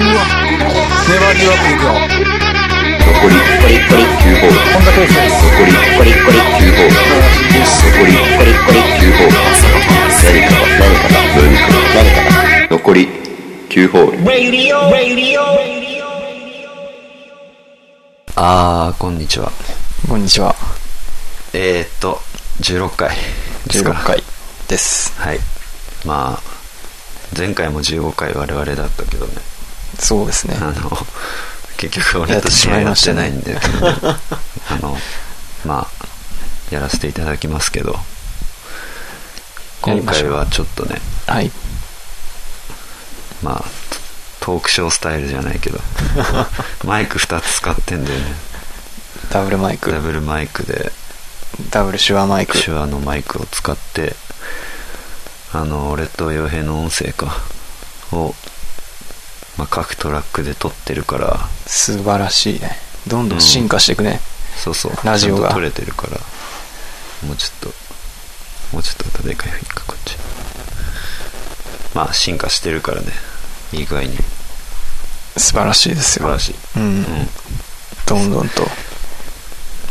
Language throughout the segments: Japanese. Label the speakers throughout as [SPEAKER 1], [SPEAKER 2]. [SPEAKER 1] 粘りよくいくよ
[SPEAKER 2] 残り9ホールあーこんにちは
[SPEAKER 3] こんにちは。
[SPEAKER 2] えー、っと16回ですか
[SPEAKER 3] 16回です。
[SPEAKER 2] はいまあ前回も15回我々だったけどね
[SPEAKER 3] そうですね。
[SPEAKER 2] あの結局俺と試合やってないんで、 あのまあやらせていただきますけど
[SPEAKER 3] や
[SPEAKER 2] 今
[SPEAKER 3] りまし
[SPEAKER 2] 回
[SPEAKER 3] ょう
[SPEAKER 2] はちょっとね
[SPEAKER 3] はい。
[SPEAKER 2] まあトークショースタイルじゃないけど マイク2つ使ってんだよね
[SPEAKER 3] ダブルマイク
[SPEAKER 2] ダ、ブルマイクで
[SPEAKER 3] ダブル手話マイク。
[SPEAKER 2] 手話のマイクを使ってあの俺と洋平の音声かを、まあ、各トラックで撮ってるから
[SPEAKER 3] 素晴らしいね。どんどん進化していくね。
[SPEAKER 2] そうそう
[SPEAKER 3] ラジオが
[SPEAKER 2] ちゃんと撮れてるからもうちょっともうちょっと音でかい方がいいかこっちまあ進化してるからねいい具合に
[SPEAKER 3] 素晴らしいです
[SPEAKER 2] 素晴
[SPEAKER 3] よ
[SPEAKER 2] ら。しい
[SPEAKER 3] うん。どんどんと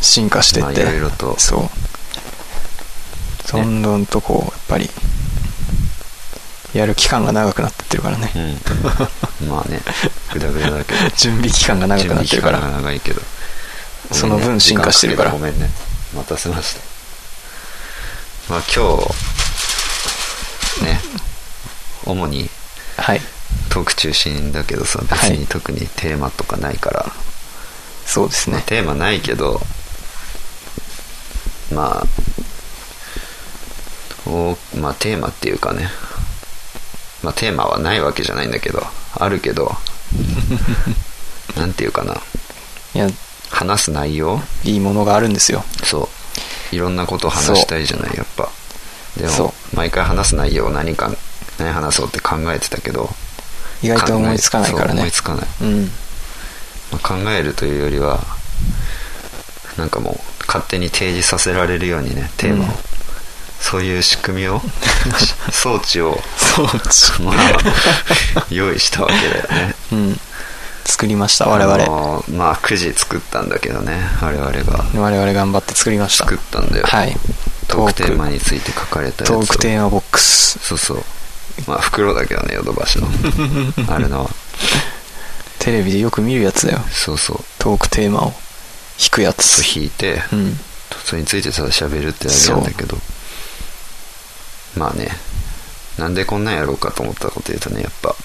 [SPEAKER 3] 進化して
[SPEAKER 2] まあ
[SPEAKER 3] いっ
[SPEAKER 2] い
[SPEAKER 3] て
[SPEAKER 2] ろ。いろと
[SPEAKER 3] そう。どんどんとこう、やっぱり、やる期間が長くなってってるからね。
[SPEAKER 2] うんまあねグダグダだけど
[SPEAKER 3] 準備期間が長くなってる
[SPEAKER 2] 準備期間
[SPEAKER 3] から。
[SPEAKER 2] が長いけど
[SPEAKER 3] その分進化してるから
[SPEAKER 2] ごめんね待たせましたまあ今日ね主に
[SPEAKER 3] はい。
[SPEAKER 2] トーク中心だけどさ別
[SPEAKER 3] は
[SPEAKER 2] に
[SPEAKER 3] い
[SPEAKER 2] 特にテーマとかないから、
[SPEAKER 3] そうです
[SPEAKER 2] まあ
[SPEAKER 3] ね。
[SPEAKER 2] テーマないけどまあおまあテーマっていうかねまあテーマはないわけじゃないんだけどあるけ どなんていうかない
[SPEAKER 3] や、
[SPEAKER 2] 話す内容
[SPEAKER 3] いいものがあるんですよ。
[SPEAKER 2] そういろんなことを話したいじゃないやっぱでも
[SPEAKER 3] そ
[SPEAKER 2] 毎回話す内容を何か何話そうって考えてたけど
[SPEAKER 3] 意外と思いつかないか
[SPEAKER 2] そ
[SPEAKER 3] ら
[SPEAKER 2] う思
[SPEAKER 3] ね
[SPEAKER 2] い。つかない、
[SPEAKER 3] うん。
[SPEAKER 2] まあ考えるというよりはなんかもう勝手に提示させられるようにねテーマを、
[SPEAKER 3] うん
[SPEAKER 2] そういう仕組みを 装置を
[SPEAKER 3] 装置。
[SPEAKER 2] まあ 用意したわけだよね
[SPEAKER 3] うん。作りました、我
[SPEAKER 2] あ
[SPEAKER 3] 々。
[SPEAKER 2] のーまあくじ作ったんだけどね我々が
[SPEAKER 3] 我々頑張って作りました。
[SPEAKER 2] 作ったんだよ、
[SPEAKER 3] はい。
[SPEAKER 2] トークテーマについて書かれたやつ
[SPEAKER 3] ト
[SPEAKER 2] を
[SPEAKER 3] ークテーマボックス。
[SPEAKER 2] そうそうまあ袋だけどねヨドバ シのあるのは
[SPEAKER 3] テレビでよく見るやつだよ。
[SPEAKER 2] そうそう
[SPEAKER 3] トークテーマを弾くやつ。
[SPEAKER 2] 引いて
[SPEAKER 3] うん。
[SPEAKER 2] それについてただ喋るってだけなんだけどまあねなんでこんなんやろうかと思ったこと言うとねやっぱ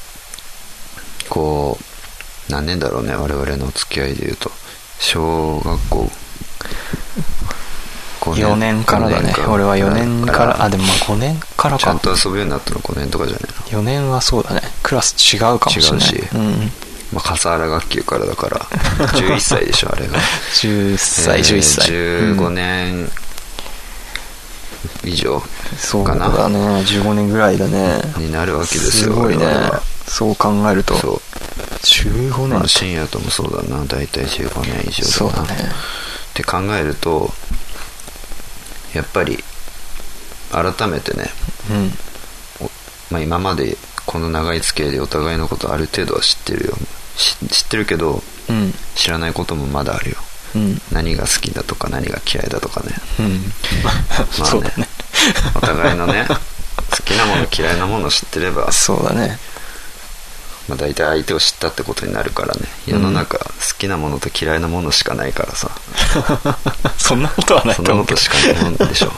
[SPEAKER 2] こう何年だろうね我々の付き合いで言うと小学校五
[SPEAKER 3] 4年からだね
[SPEAKER 2] 五。
[SPEAKER 3] 俺は4年から、あ、でもまあ5年から
[SPEAKER 2] ちゃん
[SPEAKER 3] か。
[SPEAKER 2] と遊ぶようになったの5年とかじゃないの
[SPEAKER 3] 4年はそうだね。クラス違うかもしれない。
[SPEAKER 2] 違うし
[SPEAKER 3] うん。
[SPEAKER 2] まあ笠原学級からだから11歳でしょあれが
[SPEAKER 3] 10歳、11歳。
[SPEAKER 2] えー
[SPEAKER 3] う
[SPEAKER 2] 15
[SPEAKER 3] ん。
[SPEAKER 2] 年以上
[SPEAKER 3] そう
[SPEAKER 2] かな
[SPEAKER 3] だね。15年ぐらいだね。
[SPEAKER 2] になるわけです
[SPEAKER 3] す
[SPEAKER 2] よ
[SPEAKER 3] ごいね
[SPEAKER 2] 我々は。
[SPEAKER 3] そう考えると。
[SPEAKER 2] そう
[SPEAKER 3] 15
[SPEAKER 2] ま
[SPEAKER 3] 年
[SPEAKER 2] あ。深夜ともそうだな大体15年以
[SPEAKER 3] そ
[SPEAKER 2] 上
[SPEAKER 3] う
[SPEAKER 2] だ
[SPEAKER 3] だ
[SPEAKER 2] な
[SPEAKER 3] ね。
[SPEAKER 2] って考えるとやっぱり改めてね、
[SPEAKER 3] うん。
[SPEAKER 2] おまあ、今までこの長い付き合いでお互いのことある程度は知ってるよし知ってるけど
[SPEAKER 3] うん。
[SPEAKER 2] 知らないこともまだあるよ
[SPEAKER 3] うん。
[SPEAKER 2] 何が好きだとか何が嫌いだとかね
[SPEAKER 3] うん。
[SPEAKER 2] まあ
[SPEAKER 3] そう
[SPEAKER 2] ね
[SPEAKER 3] だね。
[SPEAKER 2] お互いのね好きなもの嫌いなものを知ってれば、
[SPEAKER 3] そうだね。
[SPEAKER 2] まあ、大体相手を知ったってことになるからね世の中好きなものと嫌いなものしかないからさ、
[SPEAKER 3] そんなことはない
[SPEAKER 2] そん
[SPEAKER 3] と
[SPEAKER 2] な
[SPEAKER 3] 思
[SPEAKER 2] こ
[SPEAKER 3] うけ
[SPEAKER 2] と
[SPEAKER 3] ど。
[SPEAKER 2] しかないもんでしょ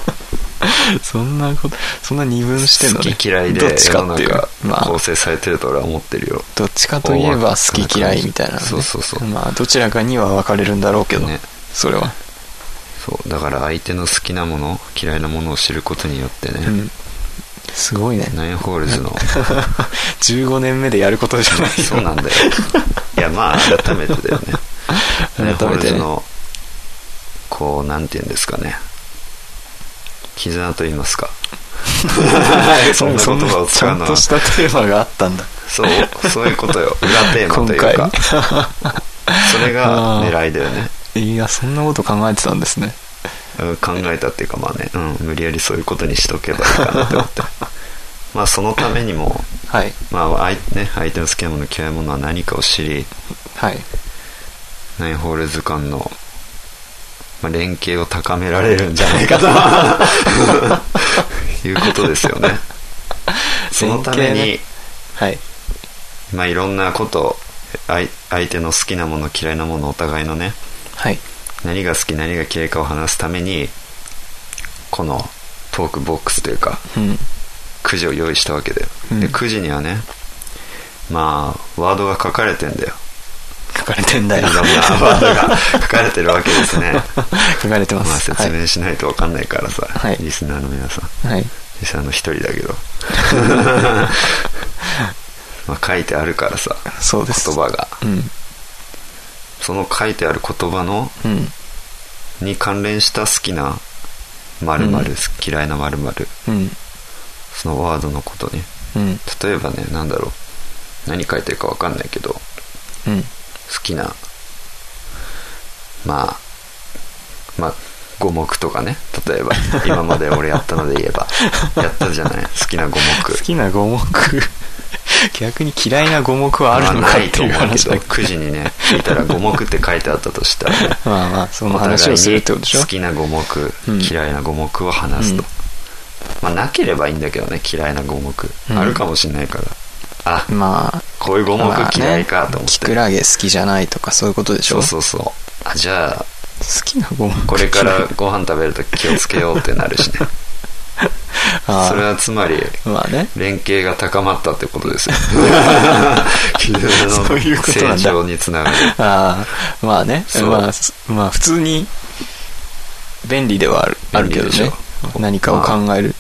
[SPEAKER 3] そんなこと、そんな二分してんのね。
[SPEAKER 2] 好き嫌い
[SPEAKER 3] どっ
[SPEAKER 2] で
[SPEAKER 3] ち
[SPEAKER 2] 世
[SPEAKER 3] か
[SPEAKER 2] の
[SPEAKER 3] っていう。
[SPEAKER 2] 中
[SPEAKER 3] まあ
[SPEAKER 2] 構、成されてると俺は思ってるよ、
[SPEAKER 3] どっちかといえば好き嫌いみたいなのね。
[SPEAKER 2] そうそうそう
[SPEAKER 3] まあ、どちらかには分かれるんだろうけど
[SPEAKER 2] ね、
[SPEAKER 3] それは。
[SPEAKER 2] そうだから相手の好きなもの嫌いなものを知ることによってね、
[SPEAKER 3] うん。すごいね。
[SPEAKER 2] ナインホールズの
[SPEAKER 3] 15年目でやることじゃないよ。
[SPEAKER 2] そうなんだよいやまあ改めてだよねナインホ
[SPEAKER 3] 改
[SPEAKER 2] ー
[SPEAKER 3] め
[SPEAKER 2] ル
[SPEAKER 3] て
[SPEAKER 2] ズ
[SPEAKER 3] ね。
[SPEAKER 2] のこうなんて言うんですかね絆と言い ますかそんな言葉を
[SPEAKER 3] ち
[SPEAKER 2] 使
[SPEAKER 3] ゃ
[SPEAKER 2] うんの
[SPEAKER 3] と
[SPEAKER 2] は
[SPEAKER 3] したテーマがあったんだ。
[SPEAKER 2] そうそういうことよ裏テーマと
[SPEAKER 3] 今
[SPEAKER 2] いう
[SPEAKER 3] 回。
[SPEAKER 2] かそれが狙いだよね
[SPEAKER 3] いや、そんなこと考えてたんですね。
[SPEAKER 2] うん考えたっていうかまあね、うん、無理やりそういうことにしとけばいいかなって思ってまあそのためにも、
[SPEAKER 3] はい
[SPEAKER 2] まあ相,、ね、相手の好きなもの嫌いなものは何かを知り
[SPEAKER 3] はい
[SPEAKER 2] ナインホールズ間の、まあ、連携を高められるんじゃないか ということですよねそのために、
[SPEAKER 3] 連携ねはい
[SPEAKER 2] まあいろんなこと相相手の好きなもの嫌いなものお互いのね
[SPEAKER 3] はい
[SPEAKER 2] 何が好き何が嫌いかを話すためにこのトークボックスというか
[SPEAKER 3] うん
[SPEAKER 2] くじを用意したわけだよ、
[SPEAKER 3] うん
[SPEAKER 2] でくじにはねまあワードが書かれてんだよ
[SPEAKER 3] 書かれてんだ
[SPEAKER 2] い
[SPEAKER 3] よ
[SPEAKER 2] ろんなワードが書かれてるわけです ね
[SPEAKER 3] 書かれて
[SPEAKER 2] ま
[SPEAKER 3] ま
[SPEAKER 2] あ
[SPEAKER 3] すは
[SPEAKER 2] 説
[SPEAKER 3] い
[SPEAKER 2] 明しないと分かんないからさ、
[SPEAKER 3] はい
[SPEAKER 2] リスナーの皆さん
[SPEAKER 3] はい
[SPEAKER 2] リスナーの一人だ けどまあ書いてあるからさ
[SPEAKER 3] そうです
[SPEAKER 2] 言葉が
[SPEAKER 3] うん
[SPEAKER 2] その書いてある言葉の
[SPEAKER 3] うん
[SPEAKER 2] に関連した好きな〇
[SPEAKER 3] う
[SPEAKER 2] 〇、
[SPEAKER 3] ん
[SPEAKER 2] 嫌いな〇〇
[SPEAKER 3] うん
[SPEAKER 2] そのワードのことに
[SPEAKER 3] うん
[SPEAKER 2] 例えばね何だろう何書いてるか分かんないけど好
[SPEAKER 3] うん
[SPEAKER 2] きなまあまあ五目とかね例えば今まで俺やったので言えばやったじゃない好きな五目
[SPEAKER 3] 好きな五目 逆に嫌いな五目はあるのかっていう
[SPEAKER 2] まあない
[SPEAKER 3] 話
[SPEAKER 2] と思
[SPEAKER 3] だ
[SPEAKER 2] うけど9時にね聞いたら五目って書いてあったとしたら、ね、
[SPEAKER 3] まあまあその
[SPEAKER 2] お互い
[SPEAKER 3] 話を
[SPEAKER 2] に
[SPEAKER 3] するってことでしょ
[SPEAKER 2] 好きな五目、
[SPEAKER 3] うん
[SPEAKER 2] 嫌いな五目を話すと、
[SPEAKER 3] うん
[SPEAKER 2] まあなければいいんだけどね嫌いな五目、
[SPEAKER 3] うん
[SPEAKER 2] あるかもしんないからあ
[SPEAKER 3] まあ
[SPEAKER 2] こういう五目嫌いかと思って
[SPEAKER 3] キ、クラゲ好きじゃないとかそういうことでし
[SPEAKER 2] そ
[SPEAKER 3] ょ
[SPEAKER 2] うそうそうあじゃあ
[SPEAKER 3] 好きな五目
[SPEAKER 2] これからご飯食べるとき気をつけようってなるしね
[SPEAKER 3] あ
[SPEAKER 2] それはつまり
[SPEAKER 3] あまあね
[SPEAKER 2] 連携が高まったってことですよ 絆
[SPEAKER 3] そういう
[SPEAKER 2] の
[SPEAKER 3] ことなんだ
[SPEAKER 2] 成長につながる
[SPEAKER 3] ああまあね
[SPEAKER 2] そう
[SPEAKER 3] まあすまあ普通に便利ではあるあるけど
[SPEAKER 2] 便利で
[SPEAKER 3] ね
[SPEAKER 2] し
[SPEAKER 3] 何かを考える、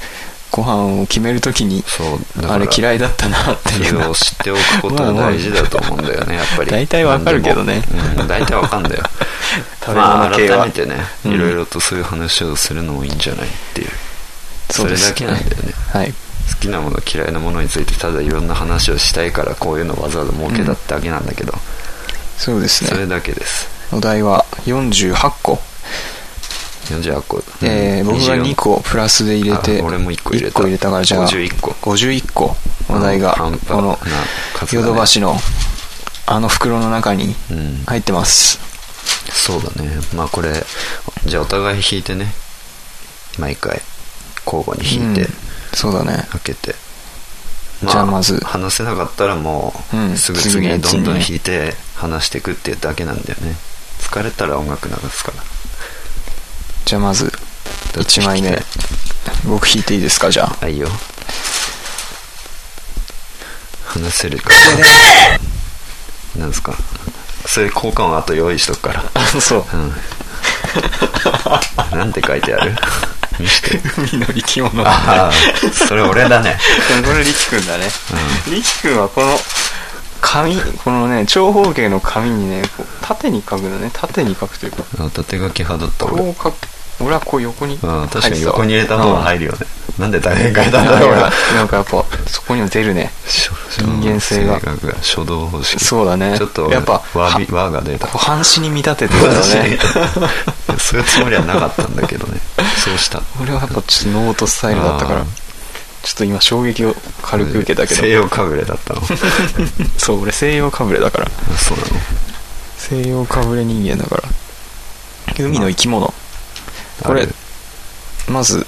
[SPEAKER 3] ご飯を決めるときに
[SPEAKER 2] そうだから
[SPEAKER 3] あれ嫌いだったなって
[SPEAKER 2] って
[SPEAKER 3] い
[SPEAKER 2] いうう
[SPEAKER 3] の
[SPEAKER 2] のを知っておくことも大事だと思うんだよね、やっぱ り。
[SPEAKER 3] 大体わかるけどね
[SPEAKER 2] 何でもうん、大体わかんだよ。
[SPEAKER 3] 食べ物
[SPEAKER 2] まあ、改
[SPEAKER 3] 系は
[SPEAKER 2] めてね、
[SPEAKER 3] うん
[SPEAKER 2] いろいろとそういう話をするのもいいんじゃないっていう。
[SPEAKER 3] うです
[SPEAKER 2] それだけなんだよね
[SPEAKER 3] はい
[SPEAKER 2] 好きなもの、嫌いなものについて、ただいろんな話をしたいから、こういうのをわざわざ設けたってだけなんだけど、
[SPEAKER 3] そうです
[SPEAKER 2] それ
[SPEAKER 3] ね
[SPEAKER 2] だけです。
[SPEAKER 3] お題は48個、
[SPEAKER 2] 48個。
[SPEAKER 3] えー僕が2個プラスで入れて
[SPEAKER 2] あ俺も1個入れた
[SPEAKER 3] 1個入れたからじゃあ
[SPEAKER 2] 51個
[SPEAKER 3] 51個お題が
[SPEAKER 2] うん
[SPEAKER 3] こ
[SPEAKER 2] 半
[SPEAKER 3] の
[SPEAKER 2] 端な数だ
[SPEAKER 3] ヨ
[SPEAKER 2] ね
[SPEAKER 3] ドバシのあの袋の中に
[SPEAKER 2] うん
[SPEAKER 3] 入ってます、
[SPEAKER 2] そうだね。まあこれ、じゃあお互い引いてね、毎回、交互に引いて。
[SPEAKER 3] うんそうだね
[SPEAKER 2] 開けて、
[SPEAKER 3] じゃあまず
[SPEAKER 2] 話せなかったらもう、
[SPEAKER 3] うん
[SPEAKER 2] すぐ次にどんどん
[SPEAKER 3] 次のやつにね
[SPEAKER 2] 弾いて話していくっていうだけなんだよね疲れたら音楽流すから
[SPEAKER 3] じゃあまず
[SPEAKER 2] どっち
[SPEAKER 3] 1枚目
[SPEAKER 2] 弾き
[SPEAKER 3] 僕引いていいですかじゃあ
[SPEAKER 2] たいあいいよ話せ るかなんですかそういう効果音あと用意しとくから
[SPEAKER 3] そう
[SPEAKER 2] うんなんて書いてある見して
[SPEAKER 3] 海の生き物こ
[SPEAKER 2] ああそれ俺だ ね
[SPEAKER 3] れ力くんだね力くんはこの紙このね長方形の紙にねこう縦に書くのね縦に書くというか
[SPEAKER 2] あ縦書き派だった
[SPEAKER 3] こ
[SPEAKER 2] 俺
[SPEAKER 3] う書く俺はこう横に
[SPEAKER 2] うん、確かに横に入れた方が入
[SPEAKER 3] る
[SPEAKER 2] るよね。なんで大変書いたんだろう 俺
[SPEAKER 3] なんかやっぱそこにも出る ね人間性が
[SPEAKER 2] 性格が書道方式。
[SPEAKER 3] そうだね
[SPEAKER 2] ちょっと、
[SPEAKER 3] やっぱ
[SPEAKER 2] わび、わが出た
[SPEAKER 3] こ。う半紙に見立ててたよね
[SPEAKER 2] そういうつもりはなかったんだけどね。そうした。
[SPEAKER 3] 俺はやっぱちょっとノートスタイルだったから
[SPEAKER 2] あー
[SPEAKER 3] ちょっと今衝撃を軽く受けたけど
[SPEAKER 2] 西洋かぶれだ ったの。あ
[SPEAKER 3] そう俺西洋かぶれだから
[SPEAKER 2] そうなの。
[SPEAKER 3] 西洋かぶれ人間だから海の生き物こ
[SPEAKER 2] あ
[SPEAKER 3] れ
[SPEAKER 2] る
[SPEAKER 3] まず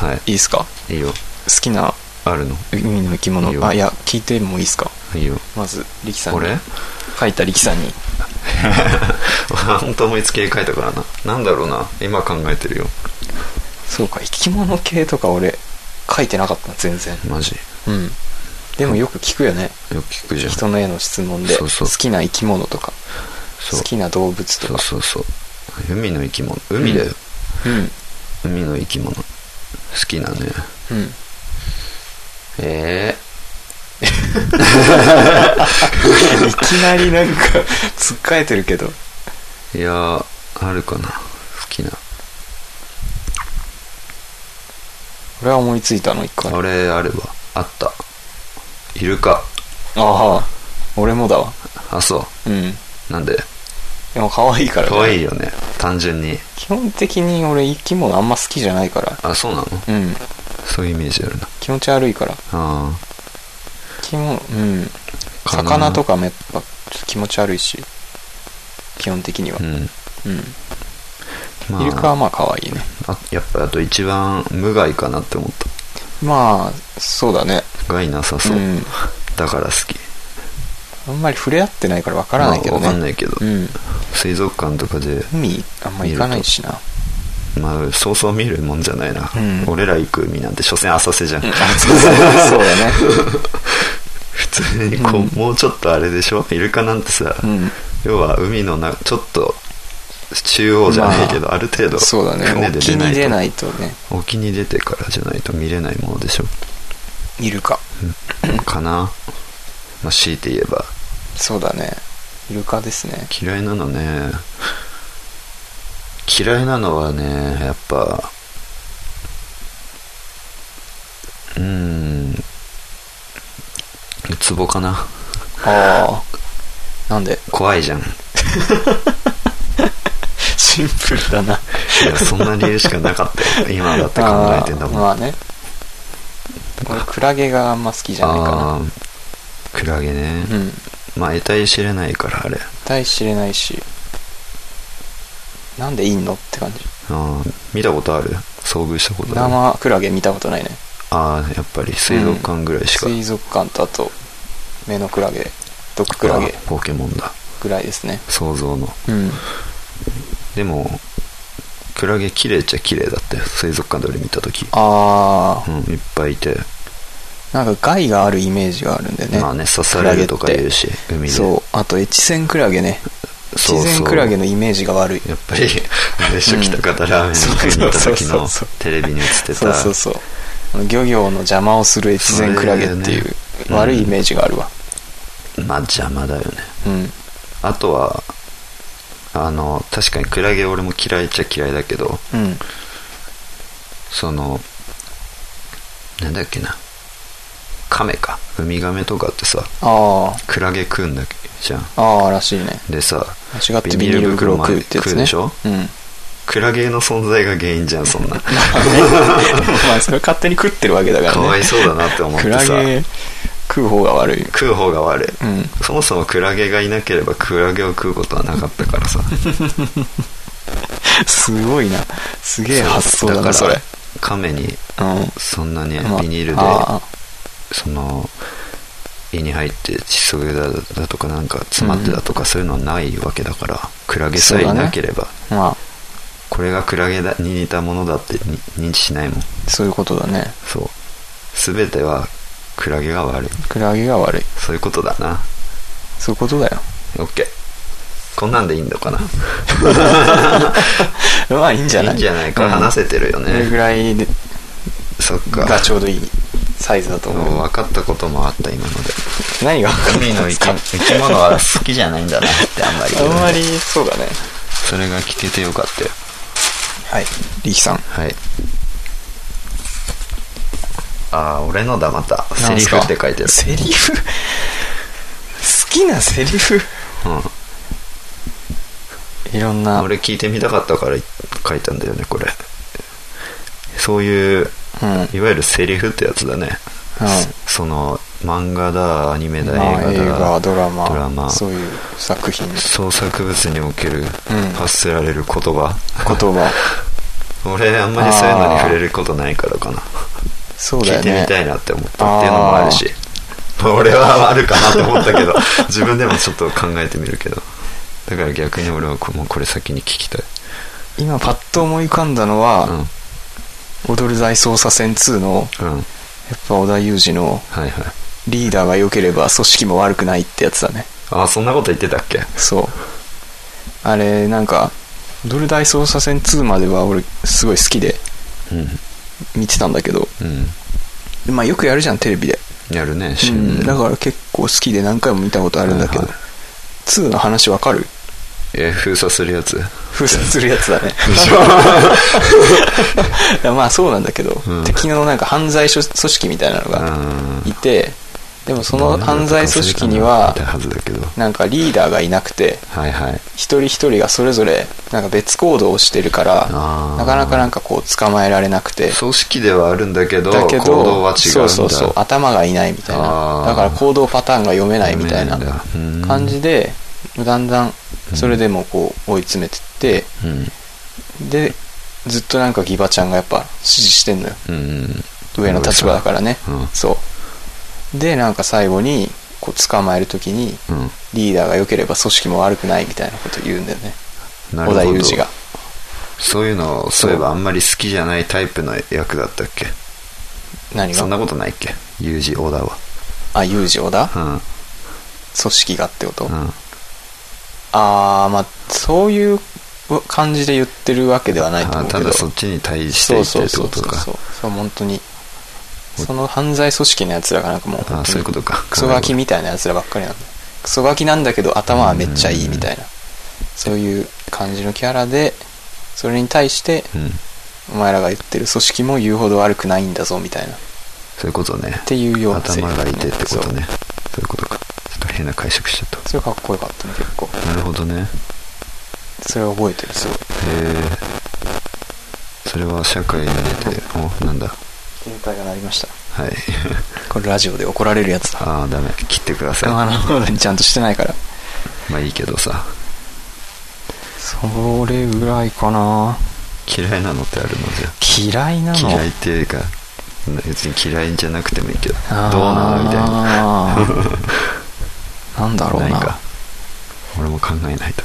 [SPEAKER 2] はい
[SPEAKER 3] いですか
[SPEAKER 2] い。いいよ。
[SPEAKER 3] 好きな
[SPEAKER 2] あるの。
[SPEAKER 3] 海の生き
[SPEAKER 2] いい
[SPEAKER 3] 物
[SPEAKER 2] よ
[SPEAKER 3] あいや聞いてもいいですか
[SPEAKER 2] いいよ。
[SPEAKER 3] まず力さんに
[SPEAKER 2] 俺
[SPEAKER 3] 書いた力さんに
[SPEAKER 2] 本当思いつきで書いたからな。なんだろうな。今考えてるよ。
[SPEAKER 3] そうか生き物系とか俺書いてなかった全然
[SPEAKER 2] マジ。
[SPEAKER 3] うんでもよく聞くよね
[SPEAKER 2] よく聞くじゃん。
[SPEAKER 3] 人の絵の質問で
[SPEAKER 2] そ
[SPEAKER 3] 好
[SPEAKER 2] うそう
[SPEAKER 3] きな生き物とか
[SPEAKER 2] そ
[SPEAKER 3] 好
[SPEAKER 2] う。
[SPEAKER 3] きな動物と
[SPEAKER 2] そう
[SPEAKER 3] か
[SPEAKER 2] そうそう。海の生き物。海だよ。
[SPEAKER 3] うん
[SPEAKER 2] 海の生き物。好きなね。
[SPEAKER 3] うん
[SPEAKER 2] え
[SPEAKER 3] いきなりなんかつっかえてるけど
[SPEAKER 2] えいやーあるかな好きな
[SPEAKER 3] 俺は思いついたの一回
[SPEAKER 2] あれあるわあったイルカ
[SPEAKER 3] ああ俺もだわ
[SPEAKER 2] あそ
[SPEAKER 3] うん
[SPEAKER 2] うなんで
[SPEAKER 3] でも可愛いから
[SPEAKER 2] 可愛い
[SPEAKER 3] い
[SPEAKER 2] よね単純に
[SPEAKER 3] 基本的に俺生き物あんま好きじゃないから
[SPEAKER 2] あそうなの
[SPEAKER 3] うん
[SPEAKER 2] そういうイメージあるな
[SPEAKER 3] 気持ち悪いから
[SPEAKER 2] あ
[SPEAKER 3] 生き物うん
[SPEAKER 2] かな
[SPEAKER 3] 魚とかもやっぱ気持ち悪いし基本的には
[SPEAKER 2] あうん
[SPEAKER 3] うん、
[SPEAKER 2] まあ
[SPEAKER 3] イルカはまあ可愛いね
[SPEAKER 2] あやっぱあと一番無害かなって思っ
[SPEAKER 3] まあそうだね
[SPEAKER 2] た害なさそう、
[SPEAKER 3] ん
[SPEAKER 2] だから好き
[SPEAKER 3] あんまり触れ合ってないからわからないけどね、
[SPEAKER 2] まあわかんないけど、
[SPEAKER 3] うん
[SPEAKER 2] 水族館とかで
[SPEAKER 3] 海あんま行かないしな
[SPEAKER 2] まあそうそう見るもんじゃないな、
[SPEAKER 3] うん
[SPEAKER 2] 俺ら行く海なんて所詮浅瀬じゃん、
[SPEAKER 3] あそう そうそうだね
[SPEAKER 2] 普通にこう、もうちょっとあれでしょイルカなんてさ、
[SPEAKER 3] うん
[SPEAKER 2] 要は海のなちょっと中央じゃないけど、あ、る程度
[SPEAKER 3] そうだ
[SPEAKER 2] 船
[SPEAKER 3] ね
[SPEAKER 2] で
[SPEAKER 3] 沖
[SPEAKER 2] 出な
[SPEAKER 3] に
[SPEAKER 2] い
[SPEAKER 3] 出
[SPEAKER 2] と
[SPEAKER 3] ないとね
[SPEAKER 2] 沖に出てからじゃないと見れないものでしょ
[SPEAKER 3] イルカ
[SPEAKER 2] かな、まあ、強いて言えば
[SPEAKER 3] そうだねイルカですね
[SPEAKER 2] 嫌いなのね嫌いなのはねやっぱうーんウツボかな
[SPEAKER 3] ああなんで
[SPEAKER 2] 怖いじゃんい
[SPEAKER 3] シンプルだな
[SPEAKER 2] やそんな理由しかなかったよ 今だって考えてんだもん
[SPEAKER 3] まあね俺クラゲがあんま好きじゃないか
[SPEAKER 2] あークラゲね、
[SPEAKER 3] なうん
[SPEAKER 2] まあ得体知れないからあれ
[SPEAKER 3] 絶対知れないしなんでいんのって感じ
[SPEAKER 2] あー見たことある遭遇したことある
[SPEAKER 3] 生クラゲ見たことないね
[SPEAKER 2] ああやっぱり水族館ぐらいしか、
[SPEAKER 3] 水族館とあと目のクラゲ毒クラゲ
[SPEAKER 2] あポケモンだ
[SPEAKER 3] ぐらいですね
[SPEAKER 2] 想像の
[SPEAKER 3] うん
[SPEAKER 2] でもクラゲ綺麗っちゃ綺麗だったよ水族館で俺見た時
[SPEAKER 3] あ
[SPEAKER 2] うんいっぱいいて、
[SPEAKER 3] あなんか害があるイメージがあるんだよね
[SPEAKER 2] まあね刺されるとか言うし海で
[SPEAKER 3] そうあと越前クラゲね越
[SPEAKER 2] そうそ
[SPEAKER 3] 前
[SPEAKER 2] う
[SPEAKER 3] クラゲのイメージが悪い
[SPEAKER 2] やっぱ りあれでしょ
[SPEAKER 3] うん
[SPEAKER 2] 喜多方ラーメン食いに行った時
[SPEAKER 3] そうそうそう
[SPEAKER 2] の
[SPEAKER 3] そう
[SPEAKER 2] テレビに映ってた
[SPEAKER 3] そうそうそうあの漁業の邪魔をする越前クラゲっていう
[SPEAKER 2] それね
[SPEAKER 3] 悪いイメージがあるわ
[SPEAKER 2] まあ邪魔だよね
[SPEAKER 3] うん
[SPEAKER 2] あとはあの確かにクラゲ俺も嫌いっちゃ嫌いだけど
[SPEAKER 3] うん
[SPEAKER 2] そのなんだっけなカメかウミガメとかってさ
[SPEAKER 3] あ
[SPEAKER 2] クラゲ食うんだじゃん
[SPEAKER 3] あああらしいね
[SPEAKER 2] でさ
[SPEAKER 3] 間違ってビニール袋を食うってやつね
[SPEAKER 2] ビニール袋まで
[SPEAKER 3] うん
[SPEAKER 2] クラゲの存在が原因じゃんそんな
[SPEAKER 3] まあそれ勝手に食ってるわけだからね
[SPEAKER 2] かわいそうだなって思っ
[SPEAKER 3] ク
[SPEAKER 2] て
[SPEAKER 3] ラ
[SPEAKER 2] さ
[SPEAKER 3] ゲ食う方が悪い
[SPEAKER 2] 食う方が悪い、
[SPEAKER 3] うん
[SPEAKER 2] そもそもクラゲがいなければクラゲを食うことはなかったからさ
[SPEAKER 3] すごいなすげえ発想だな
[SPEAKER 2] か
[SPEAKER 3] そ
[SPEAKER 2] ら
[SPEAKER 3] れ
[SPEAKER 2] カメに
[SPEAKER 3] う
[SPEAKER 2] そんなに
[SPEAKER 3] ん
[SPEAKER 2] ビニールで
[SPEAKER 3] ああ
[SPEAKER 2] その胃に入って窒息だだとかなんか詰まってだとかそういうのはないわけだから、クラゲさえいなければ、
[SPEAKER 3] まあ
[SPEAKER 2] これがクラゲだに似たものだってに認知しないもん
[SPEAKER 3] そういうことだね
[SPEAKER 2] そう全てはクラゲが悪い
[SPEAKER 3] クラゲが悪い
[SPEAKER 2] そういうことだな
[SPEAKER 3] そういうことだよ
[SPEAKER 2] OK こんなんでいいのかな
[SPEAKER 3] まあいいんじゃない
[SPEAKER 2] いいんじゃないか、
[SPEAKER 3] うん
[SPEAKER 2] 話せてるよ
[SPEAKER 3] これぐ
[SPEAKER 2] ね
[SPEAKER 3] らいで
[SPEAKER 2] そっか
[SPEAKER 3] がちょうどいいサイズだと
[SPEAKER 2] もう
[SPEAKER 3] 思う
[SPEAKER 2] 分かったこともあった今ので
[SPEAKER 3] 何が分かんない
[SPEAKER 2] 海の生き生き物は好きじゃないんだなってあんまり
[SPEAKER 3] あんまりそうだね
[SPEAKER 2] それが聞けてよかったよ
[SPEAKER 3] はいリキさん
[SPEAKER 2] はいああ俺のだまたセ
[SPEAKER 3] なん
[SPEAKER 2] リ
[SPEAKER 3] す
[SPEAKER 2] フ
[SPEAKER 3] か
[SPEAKER 2] って書いてる
[SPEAKER 3] セリフ 好きなセリフいろん
[SPEAKER 2] うん、
[SPEAKER 3] な
[SPEAKER 2] 俺聞いてみたかったから書いたんだよねこれそういう
[SPEAKER 3] うん
[SPEAKER 2] いわゆるセリフってやつだね、
[SPEAKER 3] うん
[SPEAKER 2] その漫画だアニメだ
[SPEAKER 3] まあ
[SPEAKER 2] 映画だ、
[SPEAKER 3] ドラマ
[SPEAKER 2] ドラマ
[SPEAKER 3] そういう作品
[SPEAKER 2] 創作物における
[SPEAKER 3] うん
[SPEAKER 2] 発せられる言葉、
[SPEAKER 3] 言葉
[SPEAKER 2] 俺あんまりそういうのに触れることないからかな
[SPEAKER 3] そう
[SPEAKER 2] 聞
[SPEAKER 3] だよ
[SPEAKER 2] いてみ
[SPEAKER 3] ね
[SPEAKER 2] たいなって思ったっていうのもあるし 俺はあるかなと思ったけど 自分でもちょっと考えてみるけどだから逆に俺はこもうこれ先に聞きたい、
[SPEAKER 3] 今パッと思い浮かんだの
[SPEAKER 2] うん、う
[SPEAKER 3] は
[SPEAKER 2] ん
[SPEAKER 3] 「踊る大捜査線2」のやっぱ織田裕二の
[SPEAKER 2] はいはい
[SPEAKER 3] リーダーが良ければ組織も悪くないってやつだね
[SPEAKER 2] あそんなこと言ってたっけ
[SPEAKER 3] そうあれなんか「踊る大捜査線2」までは俺すごい好きで
[SPEAKER 2] うん
[SPEAKER 3] 見てたんだけど
[SPEAKER 2] うん
[SPEAKER 3] まあよくやるじゃんテレビで、
[SPEAKER 2] やるね
[SPEAKER 3] う
[SPEAKER 2] 週
[SPEAKER 3] ん、
[SPEAKER 2] に
[SPEAKER 3] だから結構好きで何回も見たことあるんだけど、
[SPEAKER 2] はいは
[SPEAKER 3] 2の話わ かる
[SPEAKER 2] え封鎖するやつ
[SPEAKER 3] 封鎖するやつだねまあそうなんだけど、
[SPEAKER 2] うん
[SPEAKER 3] 敵のなんか犯罪組織みたいなのが
[SPEAKER 2] あ
[SPEAKER 3] いてでもその犯罪組織に
[SPEAKER 2] い
[SPEAKER 3] は
[SPEAKER 2] たはずだけど
[SPEAKER 3] なんかリーダーがいなくて
[SPEAKER 2] はいはい
[SPEAKER 3] 一人一人がそれぞれなんか別行動をしてるから
[SPEAKER 2] あー
[SPEAKER 3] なかなかなんかこう捕まえられなくて
[SPEAKER 2] 組織ではあるんだけど
[SPEAKER 3] だけど
[SPEAKER 2] 行動は違うんだ
[SPEAKER 3] そうそうそう頭がいないみたい
[SPEAKER 2] あ
[SPEAKER 3] な
[SPEAKER 2] ー
[SPEAKER 3] だから行動パターンが読めないみたいな
[SPEAKER 2] 読めないんだうん
[SPEAKER 3] 感じでだんだんそれでもこう追い詰めてって
[SPEAKER 2] うん
[SPEAKER 3] でずっとなんかギバちゃんがやっぱ支持してんのよ
[SPEAKER 2] うん
[SPEAKER 3] 上の立場だからね、
[SPEAKER 2] うん
[SPEAKER 3] そうでなんか最後にこう捕まえる時に
[SPEAKER 2] うん
[SPEAKER 3] リーダーが良ければ組織も悪くないみたいなこと言うんだよね
[SPEAKER 2] なる
[SPEAKER 3] 織
[SPEAKER 2] ほ
[SPEAKER 3] 田
[SPEAKER 2] ど
[SPEAKER 3] 裕二が
[SPEAKER 2] そういうのそういえばあんまり好きじゃないタイプの役だったっけ
[SPEAKER 3] 何
[SPEAKER 2] そんな
[SPEAKER 3] が
[SPEAKER 2] ことないっけ裕二小田は
[SPEAKER 3] あ裕二織田組
[SPEAKER 2] うん
[SPEAKER 3] 織がってこと、
[SPEAKER 2] うん
[SPEAKER 3] ああまあそういう感じで言ってるわけではないと思
[SPEAKER 2] あ
[SPEAKER 3] うけど
[SPEAKER 2] ただそっちに対していってってことか
[SPEAKER 3] そうそうそうそう本当にその犯罪組織のやつらがなんかもう本当に
[SPEAKER 2] あそういうことか
[SPEAKER 3] クソガキみたいなやつらばっかりなんだクソガキなんだけど頭はめっちゃいいみたいなそういう感じのキャラでそれに対して
[SPEAKER 2] うん
[SPEAKER 3] お前らが言ってる組織も言うほど悪くないんだぞみたいなっ
[SPEAKER 2] そういうことね
[SPEAKER 3] ていうような
[SPEAKER 2] 頭がいてってこ
[SPEAKER 3] そ
[SPEAKER 2] と
[SPEAKER 3] う
[SPEAKER 2] ねそういうことかちょっと変な解釈しちゃっ
[SPEAKER 3] それかっこよかったね結構
[SPEAKER 2] たなるほどね
[SPEAKER 3] それ覚えてるすごい
[SPEAKER 2] へえそれは社会に出ておなんだ
[SPEAKER 3] 携帯が鳴りました
[SPEAKER 2] はい
[SPEAKER 3] これラジオで怒られるやつだ
[SPEAKER 2] ああダメ切ってください
[SPEAKER 3] 頭の方にちゃんとしてないから
[SPEAKER 2] まあいいけどさ
[SPEAKER 3] それぐらいかな
[SPEAKER 2] 嫌いなのってあるのじゃ
[SPEAKER 3] 嫌いなの
[SPEAKER 2] 嫌いっていうか別に嫌いじゃなくてもいいけどどう
[SPEAKER 3] あー
[SPEAKER 2] なのみたいな
[SPEAKER 3] なんだろう
[SPEAKER 2] な
[SPEAKER 3] ない
[SPEAKER 2] か俺も考えないと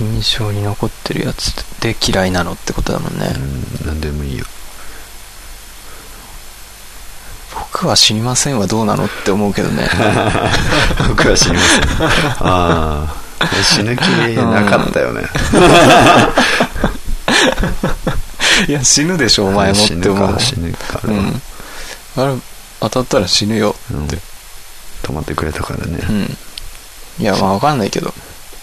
[SPEAKER 3] 印象に残ってるやつで嫌いなのってことだもんね、
[SPEAKER 2] うん何でもいいよ
[SPEAKER 3] 僕は知りませんはどうなのって思うけどね
[SPEAKER 2] 僕は知りま せんああ死ぬ気なかったよね
[SPEAKER 3] いや死ぬでしょお前もって思う
[SPEAKER 2] 死ぬか死
[SPEAKER 3] う
[SPEAKER 2] ぬ
[SPEAKER 3] ん
[SPEAKER 2] から、
[SPEAKER 3] あれ当たったら死ぬよ
[SPEAKER 2] うん
[SPEAKER 3] って
[SPEAKER 2] 止まってくれたからね、
[SPEAKER 3] うんいやまあわかんないけど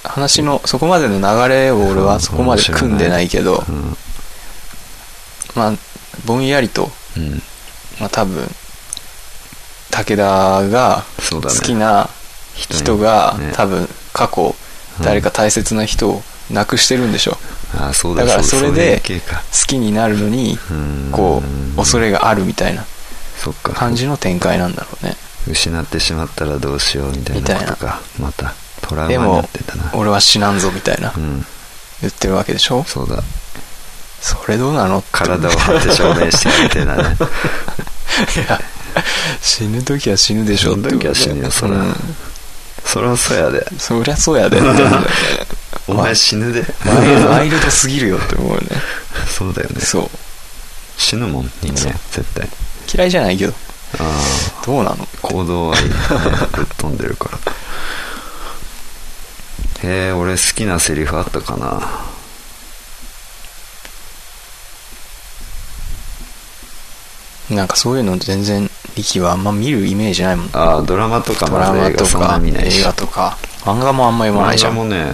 [SPEAKER 3] 話のそこまでの流れを俺はそこまで組んでないけど
[SPEAKER 2] うん
[SPEAKER 3] まあぼんやりと
[SPEAKER 2] うん、
[SPEAKER 3] まあ多分武田が
[SPEAKER 2] そう
[SPEAKER 3] 好
[SPEAKER 2] だね
[SPEAKER 3] きな
[SPEAKER 2] 人に
[SPEAKER 3] 人が
[SPEAKER 2] ね
[SPEAKER 3] 多分過去誰か大切な人を亡くしてるんでしょ
[SPEAKER 2] ああそうだ
[SPEAKER 3] だからそれで
[SPEAKER 2] そういう系か
[SPEAKER 3] 好きになるのに
[SPEAKER 2] うん
[SPEAKER 3] こう恐れがあるみたいな
[SPEAKER 2] そっか
[SPEAKER 3] 感じの展開なんだろうね
[SPEAKER 2] 失ってしまったらどうしようみたいなことかまたトラウマ
[SPEAKER 3] で
[SPEAKER 2] にな
[SPEAKER 3] も
[SPEAKER 2] ってたな
[SPEAKER 3] 俺は死なんぞみたいな
[SPEAKER 2] うん
[SPEAKER 3] 言ってるわけでしょ
[SPEAKER 2] そうだ
[SPEAKER 3] それどうなのって
[SPEAKER 2] 体を張って証明してくれてな ね
[SPEAKER 3] いや死ぬ時は死ぬでしょってことだよ
[SPEAKER 2] 死ぬ時は死ぬよそら
[SPEAKER 3] うん
[SPEAKER 2] そりゃそうやで
[SPEAKER 3] そりゃそうやでって思うんだよね
[SPEAKER 2] お前死ぬで
[SPEAKER 3] ワイルワイルドすぎるよって思うよね
[SPEAKER 2] そうだよね
[SPEAKER 3] そう
[SPEAKER 2] 死ぬもん人
[SPEAKER 3] そう
[SPEAKER 2] 間絶対
[SPEAKER 3] 嫌いじゃないけど
[SPEAKER 2] あ
[SPEAKER 3] どうなの
[SPEAKER 2] あ行動はいい、 ね、ぶっ飛んでるからへえ俺好きなセリフあったかな
[SPEAKER 3] なんかそういうの全然力はあんま見るイメージないもん
[SPEAKER 2] ああドラマとか
[SPEAKER 3] ド
[SPEAKER 2] ま
[SPEAKER 3] ラ
[SPEAKER 2] ず
[SPEAKER 3] マ
[SPEAKER 2] 映画
[SPEAKER 3] と
[SPEAKER 2] そんな
[SPEAKER 3] か
[SPEAKER 2] 見ないし
[SPEAKER 3] 映画とか漫画もあんま読まないじゃ
[SPEAKER 2] 漫画
[SPEAKER 3] ん
[SPEAKER 2] もね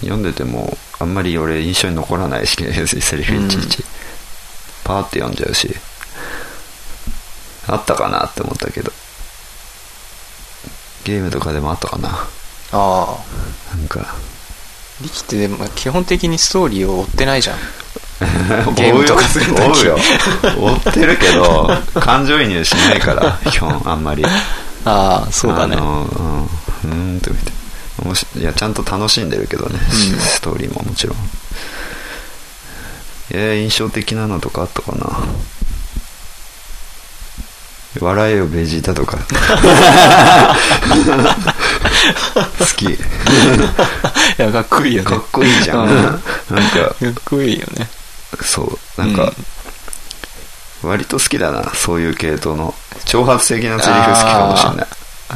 [SPEAKER 2] 読んでてもあんまり俺印象に残らないしセリフいちいち、パーって読んじゃうしあったかなって思ったけどゲームとかでもあったかな
[SPEAKER 3] ああ
[SPEAKER 2] なん か
[SPEAKER 3] 力ってでも基本的にストーリーを追ってないじゃん
[SPEAKER 2] ゲ
[SPEAKER 3] ゲ
[SPEAKER 2] ー
[SPEAKER 3] ーム
[SPEAKER 2] ム
[SPEAKER 3] と
[SPEAKER 2] と
[SPEAKER 3] か
[SPEAKER 2] か
[SPEAKER 3] す
[SPEAKER 2] す
[SPEAKER 3] る
[SPEAKER 2] る
[SPEAKER 3] 時
[SPEAKER 2] 追う よ追ってるけど感情移入しないから基本あんまり
[SPEAKER 3] ああそうだね
[SPEAKER 2] あのうんうーんと見ておもしいやちゃんと楽しんでるけどね、
[SPEAKER 3] ん
[SPEAKER 2] ストーリーももちろんえー、印象的なのとかあったかな笑えよベジータとか好き
[SPEAKER 3] いやかっこいいよね
[SPEAKER 2] かっこいいじゃん
[SPEAKER 3] うん
[SPEAKER 2] なんか
[SPEAKER 3] かっこいいよね
[SPEAKER 2] そうなんか、割と好きだなそういう系統の挑発的なセリフ好きかもしれな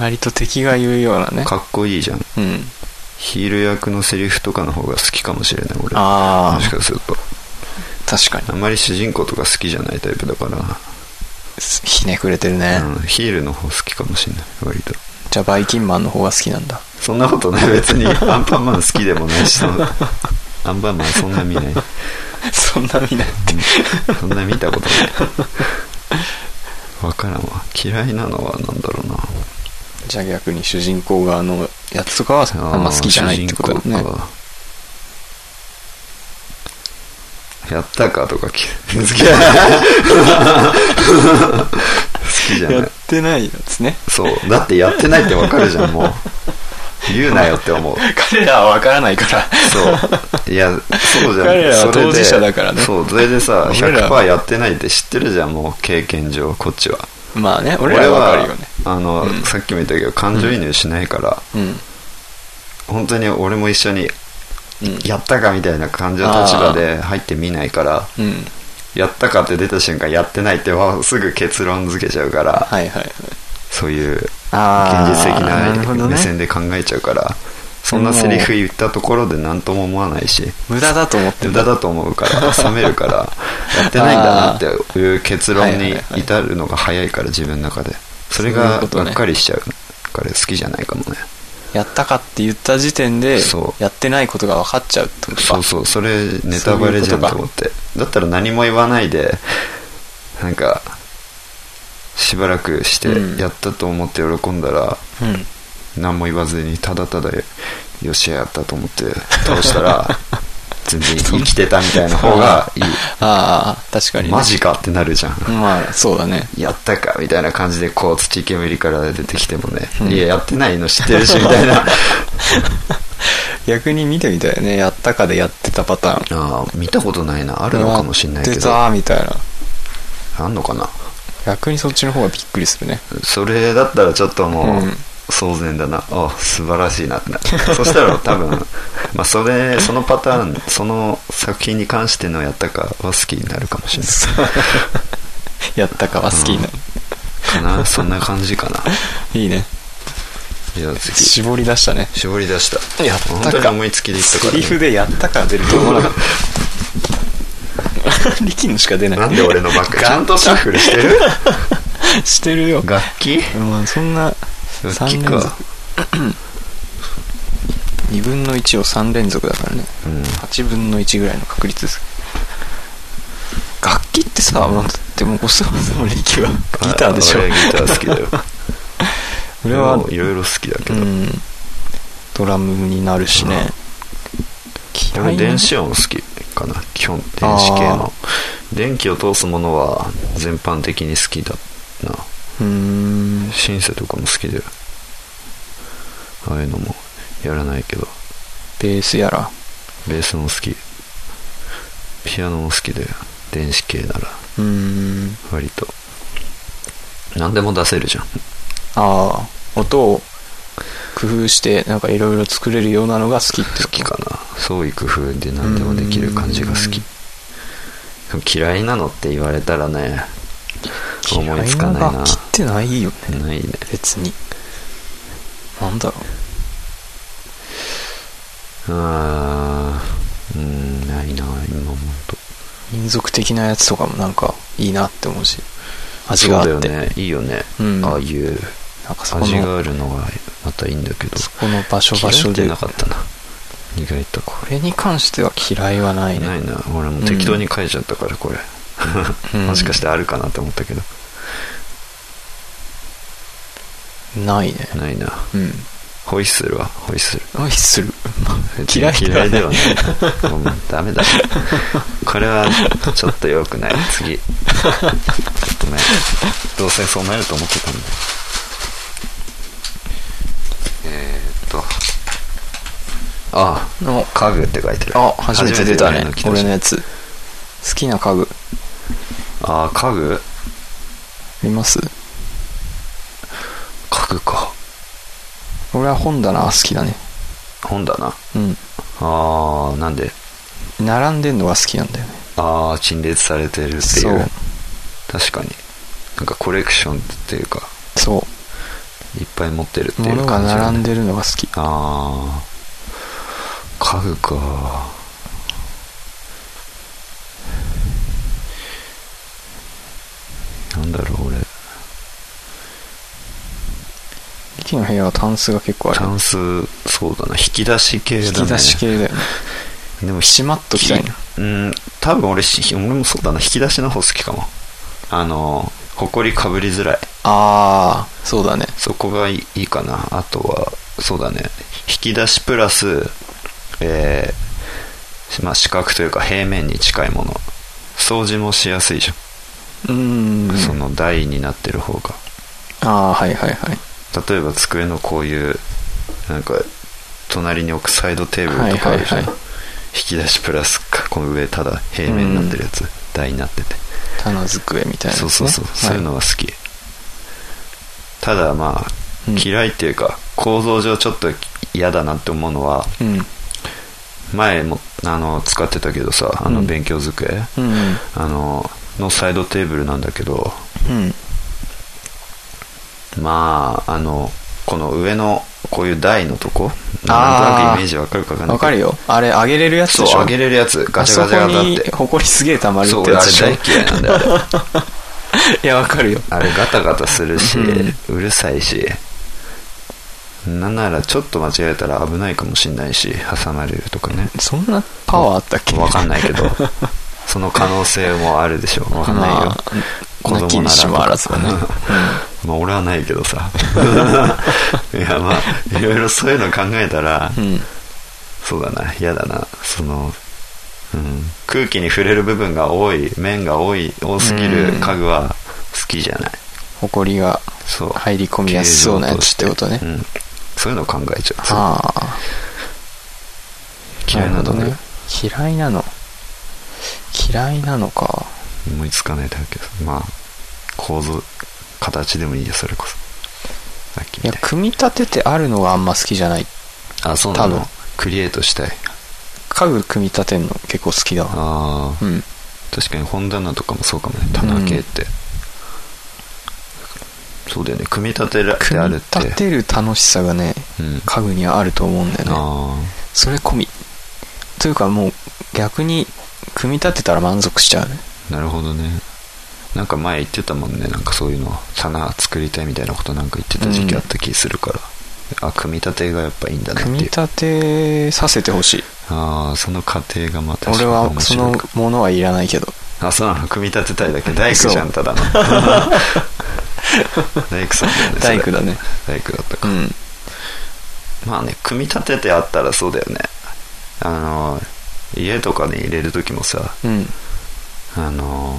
[SPEAKER 3] 割と敵が言うようなね
[SPEAKER 2] いかっこいいじゃん
[SPEAKER 3] うん
[SPEAKER 2] ヒール役のセリフとかの方が好きかもしれない俺
[SPEAKER 3] あ
[SPEAKER 2] もしかすると
[SPEAKER 3] あ確かに
[SPEAKER 2] あんまり主人公とか好きじゃないタイプだから、
[SPEAKER 3] ひねくれてるね、
[SPEAKER 2] うん、ヒールの方好きかもしれない割と
[SPEAKER 3] じゃあバイキンマンの方が好きなんだ
[SPEAKER 2] そ んなことない別にアンパンマン好きでもないしそのアンパンマンそんな見ない
[SPEAKER 3] そんな見ないって。
[SPEAKER 2] そんな見たことない。わからんわ。嫌いなのはなんだろうな。
[SPEAKER 3] じゃあ逆に主人公側のやつとかはあんま好きじゃないってことだ
[SPEAKER 2] 主人
[SPEAKER 3] よね
[SPEAKER 2] 公。かやったかとかき 好きじゃない。好きじゃ
[SPEAKER 3] や
[SPEAKER 2] な
[SPEAKER 3] っ
[SPEAKER 2] い。
[SPEAKER 3] てないやつね。
[SPEAKER 2] そう。だってやってないってわかるじゃん、もう。言うなよって思う。
[SPEAKER 3] 彼らは分からないから。
[SPEAKER 2] そう。いや、そうじゃん。
[SPEAKER 3] 彼らは
[SPEAKER 2] それで
[SPEAKER 3] 当事者だからね
[SPEAKER 2] そう、それでさ、
[SPEAKER 3] 俺らは
[SPEAKER 2] 100%やってないって知ってるじゃん、もう経験上、こっちは。
[SPEAKER 3] まあね、俺らは分かるよね。
[SPEAKER 2] 俺はあの、
[SPEAKER 3] うん
[SPEAKER 2] さっきも言ったけど、感情移入しないから、
[SPEAKER 3] うん。
[SPEAKER 2] 本当に俺も一緒に、
[SPEAKER 3] うん
[SPEAKER 2] やったかみたいな感じの立場で入ってみないから、
[SPEAKER 3] うん。
[SPEAKER 2] やったかって出た瞬間、やってないってわすぐ結論付けちゃうから、
[SPEAKER 3] はいはいはい。
[SPEAKER 2] そういう、現
[SPEAKER 3] あー
[SPEAKER 2] 実的
[SPEAKER 3] なるほど
[SPEAKER 2] な
[SPEAKER 3] ね
[SPEAKER 2] 目線で考えちゃうから、そんなセリフ言ったところで何とも思わないし、
[SPEAKER 3] 無駄だと思って
[SPEAKER 2] 無
[SPEAKER 3] ん
[SPEAKER 2] 駄だと思うから冷める からやってないんだなっていう結論に
[SPEAKER 3] はいはいはい
[SPEAKER 2] 至るのが早いから自分の中でそれ
[SPEAKER 3] そういう
[SPEAKER 2] が
[SPEAKER 3] こと
[SPEAKER 2] が
[SPEAKER 3] ね
[SPEAKER 2] っかりしちゃうから好きじゃないかもね
[SPEAKER 3] やったかって言った時点で
[SPEAKER 2] そ、う
[SPEAKER 3] やってないことが分かっちゃうってことか。
[SPEAKER 2] そうそうそれネタバレじゃんと思ってだったら何も言わないでなんかしばらくして
[SPEAKER 3] うん
[SPEAKER 2] やったと思って喜んだら
[SPEAKER 3] うん。
[SPEAKER 2] 何も言わずにただただよっしゃやったと思って倒した ら全然生きてたみたいな方がいい
[SPEAKER 3] ああ、確かにね。
[SPEAKER 2] マジかってなるじゃん
[SPEAKER 3] まあ、そうだね。
[SPEAKER 2] やったかみたいな感じでこう土煙から出てきてもね、
[SPEAKER 3] うん
[SPEAKER 2] いややってないの知ってるしみたいな あ
[SPEAKER 3] 逆に見てみたいよね。やったかでやってたパターン。
[SPEAKER 2] あ見たことないなあるのかもしんないけ
[SPEAKER 3] やって
[SPEAKER 2] ど
[SPEAKER 3] たみたいな。
[SPEAKER 2] あんのかな
[SPEAKER 3] 逆にそっちの方がびっくりする ね。
[SPEAKER 2] それだったらちょっともう、
[SPEAKER 3] うん
[SPEAKER 2] 騒然だなあ素晴らしいなってなそしたら多分まあそれそのパターンその作品に関してのやったかは好きになるかもしれない
[SPEAKER 3] やったかは好きになる。
[SPEAKER 2] かなそんな感じかない
[SPEAKER 3] いね。
[SPEAKER 2] いや次
[SPEAKER 3] 絞り出したね。
[SPEAKER 2] 絞り出した
[SPEAKER 3] やったか
[SPEAKER 2] 本当に思いつきで言ったから
[SPEAKER 3] セ
[SPEAKER 2] ね、
[SPEAKER 3] リフでやったか出ると思 わなかった。力のしか出ない。
[SPEAKER 2] なんで俺のバッグちゃんとシャッフルしてる
[SPEAKER 3] してるよ。
[SPEAKER 2] 楽器
[SPEAKER 3] まあ、そんな、
[SPEAKER 2] 楽器
[SPEAKER 3] 三連続
[SPEAKER 2] か。
[SPEAKER 3] 2分の1を3連続だからね。
[SPEAKER 2] うん
[SPEAKER 3] 8分の1ぐらいの確率です楽器ってさ、まあ、だってもうお世話の歴はギターでしょ
[SPEAKER 2] あ俺ギター好きだよ
[SPEAKER 3] 俺は
[SPEAKER 2] もういろいろ好きだけ
[SPEAKER 3] う
[SPEAKER 2] ど、
[SPEAKER 3] んドラムになるしね、
[SPEAKER 2] 俺
[SPEAKER 3] 嫌いな
[SPEAKER 2] 電子音好きかな基本電子系の電気を通すものは全般的に好きだな
[SPEAKER 3] うーん
[SPEAKER 2] シンセとかも好きでああいうのもやらないけど
[SPEAKER 3] ベースやら
[SPEAKER 2] ベースも好きピアノも好きだよ電子系なら
[SPEAKER 3] うーん
[SPEAKER 2] 割と何でも出せるじゃん
[SPEAKER 3] ああ音を工夫してなんかいろいろ作れるようなのが好きって
[SPEAKER 2] 好きかなそういう工夫で何でもできる感じが好き嫌いなのって言われたらね思いつかない
[SPEAKER 3] 嫌
[SPEAKER 2] な
[SPEAKER 3] 楽器ってないよね
[SPEAKER 2] ないね
[SPEAKER 3] 別になんだろ
[SPEAKER 2] あーうんないな今思うと
[SPEAKER 3] う民族的なやつとかもなんかいいなって思うし味があって
[SPEAKER 2] そうだよねいいよね、
[SPEAKER 3] うん
[SPEAKER 2] ああいう
[SPEAKER 3] なんかそこ
[SPEAKER 2] 味
[SPEAKER 3] の
[SPEAKER 2] があるのがまたいいんだけど
[SPEAKER 3] そこの場所場
[SPEAKER 2] 嫌
[SPEAKER 3] 所
[SPEAKER 2] いって
[SPEAKER 3] で
[SPEAKER 2] なかったな意外と
[SPEAKER 3] これに関しては嫌いはないね
[SPEAKER 2] ないな俺も適当に書いちゃったからこれ、
[SPEAKER 3] うん
[SPEAKER 2] もしかしてあるかなって思ったけど
[SPEAKER 3] ないね
[SPEAKER 2] ないな
[SPEAKER 3] うん
[SPEAKER 2] ホイッスルはホイッスル
[SPEAKER 3] 愛する嫌
[SPEAKER 2] 嫌
[SPEAKER 3] い
[SPEAKER 2] い
[SPEAKER 3] ではない
[SPEAKER 2] では ない。もうダメだ。これはちょっと良くない。次。ごめん。どうせそうなると思ってたんだよ。えーっと。あ
[SPEAKER 3] の
[SPEAKER 2] あ、家具って書いてる。
[SPEAKER 3] あ初めて出たね
[SPEAKER 2] 初めて出
[SPEAKER 3] 俺
[SPEAKER 2] た
[SPEAKER 3] の
[SPEAKER 2] ね
[SPEAKER 3] やつ好きな家具あ
[SPEAKER 2] ああ、家具
[SPEAKER 3] ります
[SPEAKER 2] 家具か。
[SPEAKER 3] 俺は本棚好きだね
[SPEAKER 2] 本棚。
[SPEAKER 3] うん
[SPEAKER 2] ああ、なんで
[SPEAKER 3] 並んでんのが好きなんだよね
[SPEAKER 2] ああ、陳列されてるっていう。
[SPEAKER 3] そう
[SPEAKER 2] 確かに。なんかコレクションっていうか、
[SPEAKER 3] そ
[SPEAKER 2] いっぱい持ってるって
[SPEAKER 3] う
[SPEAKER 2] いう感
[SPEAKER 3] 物
[SPEAKER 2] じだね、
[SPEAKER 3] が並んでるのが好き
[SPEAKER 2] ああ家具かなんだろう俺
[SPEAKER 3] 駅の部屋はタンスが結構あ
[SPEAKER 2] チ
[SPEAKER 3] る
[SPEAKER 2] ャンスそうだな引き出し系だね
[SPEAKER 3] 引き出し系だよね
[SPEAKER 2] でも
[SPEAKER 3] しまっときたいな
[SPEAKER 2] うん、多分俺し、俺もそうだな、引き出しの方好きかも。あの、ほこりかぶりづらい。
[SPEAKER 3] ああ、そうだね。
[SPEAKER 2] そこがいいいいかな。あとは、そうだね。引き出しプラス、えー、まあ、四角というか平面に近いもの。掃除もしやすいじ
[SPEAKER 3] うー
[SPEAKER 2] ゃん。
[SPEAKER 3] ん。
[SPEAKER 2] その台になってる方が。
[SPEAKER 3] ああ、はいはいはい。
[SPEAKER 2] 例えば机のこういう、なんか、隣に置くサイドテーブルとかあるじゃん。
[SPEAKER 3] はいはいはい
[SPEAKER 2] 引き出しプラスか、この上ただ平面になってるやつ、台になってて。
[SPEAKER 3] 棚机みたいなやつ
[SPEAKER 2] そ
[SPEAKER 3] ね、
[SPEAKER 2] うそうそう、そういうの
[SPEAKER 3] は
[SPEAKER 2] が好き。ただまあ、
[SPEAKER 3] うん
[SPEAKER 2] 嫌いっていうか、構造上ちょっと嫌だなって思うのは、
[SPEAKER 3] い。うん。
[SPEAKER 2] 前も、あの、使ってたけどさ、あの、
[SPEAKER 3] うん
[SPEAKER 2] 勉強机、
[SPEAKER 3] うん。
[SPEAKER 2] あの、のサイドテーブルなんだけど、
[SPEAKER 3] うん。
[SPEAKER 2] まあ、あの、この上の、こういう台のとこ、なんとな
[SPEAKER 3] あー
[SPEAKER 2] くイメージわかるかわかんない
[SPEAKER 3] わかる
[SPEAKER 2] よ。
[SPEAKER 3] よ。あれ、上げれるやつ
[SPEAKER 2] そ
[SPEAKER 3] でしょ
[SPEAKER 2] う、上げれるやつ、ガチャガチャガチャっ
[SPEAKER 3] あそこに
[SPEAKER 2] て。
[SPEAKER 3] 埃すげえ溜まる
[SPEAKER 2] そう、
[SPEAKER 3] って
[SPEAKER 2] 俺
[SPEAKER 3] や
[SPEAKER 2] あ
[SPEAKER 3] つ
[SPEAKER 2] れ
[SPEAKER 3] でしょ
[SPEAKER 2] 大嫌いなんだよ。あれ
[SPEAKER 3] いや、わかるよ。
[SPEAKER 2] あれガタガタするし、
[SPEAKER 3] うん
[SPEAKER 2] うるさいし、なんならちょっと間違えたら危ないかもしんないし、挟まれるとかね。
[SPEAKER 3] そんなパワーあったっけ。
[SPEAKER 2] わかんないいけど、 その可能性もあるでしょ。わかんないよ
[SPEAKER 3] ま。あなきにしもあらずだね。
[SPEAKER 2] まあ俺はないけど さ。いやまあ、いろいろそういうの考えたら、
[SPEAKER 3] うん。
[SPEAKER 2] そうだな、嫌だな。その、うん、空気に触れる部分が多い、面が多い、多すぎる家具は好きじゃない。
[SPEAKER 3] 埃が
[SPEAKER 2] そう。
[SPEAKER 3] 入り込みやすそうなやつってことね
[SPEAKER 2] う。ん、そういうのを考えちゃ
[SPEAKER 3] ああ。
[SPEAKER 2] う嫌いなの
[SPEAKER 3] るほど
[SPEAKER 2] ね
[SPEAKER 3] ね。嫌いなの。嫌いなのか。
[SPEAKER 2] 思いつかないだけどまあ構造形でもいいよそれこそさっき
[SPEAKER 3] い
[SPEAKER 2] み
[SPEAKER 3] や、
[SPEAKER 2] たい
[SPEAKER 3] 組み立ててあるのがあんま好きじゃない。
[SPEAKER 2] あそうな
[SPEAKER 3] 多
[SPEAKER 2] の
[SPEAKER 3] 分
[SPEAKER 2] クリエイトしたい
[SPEAKER 3] 家具組み立てんの結構好きだわ。
[SPEAKER 2] ああ
[SPEAKER 3] うん。
[SPEAKER 2] 確かに本棚とかもそうかもね棚系って、そうだよね組み立てられてあ
[SPEAKER 3] 組み
[SPEAKER 2] るって
[SPEAKER 3] 立てる楽しさがね、
[SPEAKER 2] うん
[SPEAKER 3] 家具にはあると思うんだよね。
[SPEAKER 2] あ
[SPEAKER 3] それ込み。というかもう逆に組み立てたら満足しちゃうね。
[SPEAKER 2] あなるほどねなんか前言ってたもんねなんかそういうの棚作りたいみたいなことなんか言ってた時期あった気するから、あ組み立てがやっぱいいんだなって
[SPEAKER 3] 組
[SPEAKER 2] いう
[SPEAKER 3] み立てさせてほしい。
[SPEAKER 2] ああその過程がまた
[SPEAKER 3] 俺は
[SPEAKER 2] 面
[SPEAKER 3] そ
[SPEAKER 2] 白い
[SPEAKER 3] の
[SPEAKER 2] か
[SPEAKER 3] ものはいらないけど。
[SPEAKER 2] あそうなの組み立てたいだけ大工じゃんただの 大工さんだよねそれ
[SPEAKER 3] 大工だね
[SPEAKER 2] 大工だった
[SPEAKER 3] う
[SPEAKER 2] か、
[SPEAKER 3] ん。
[SPEAKER 2] まあね組み立ててあったらそうだよねあの家とかに入れる時もさ
[SPEAKER 3] うん。
[SPEAKER 2] あの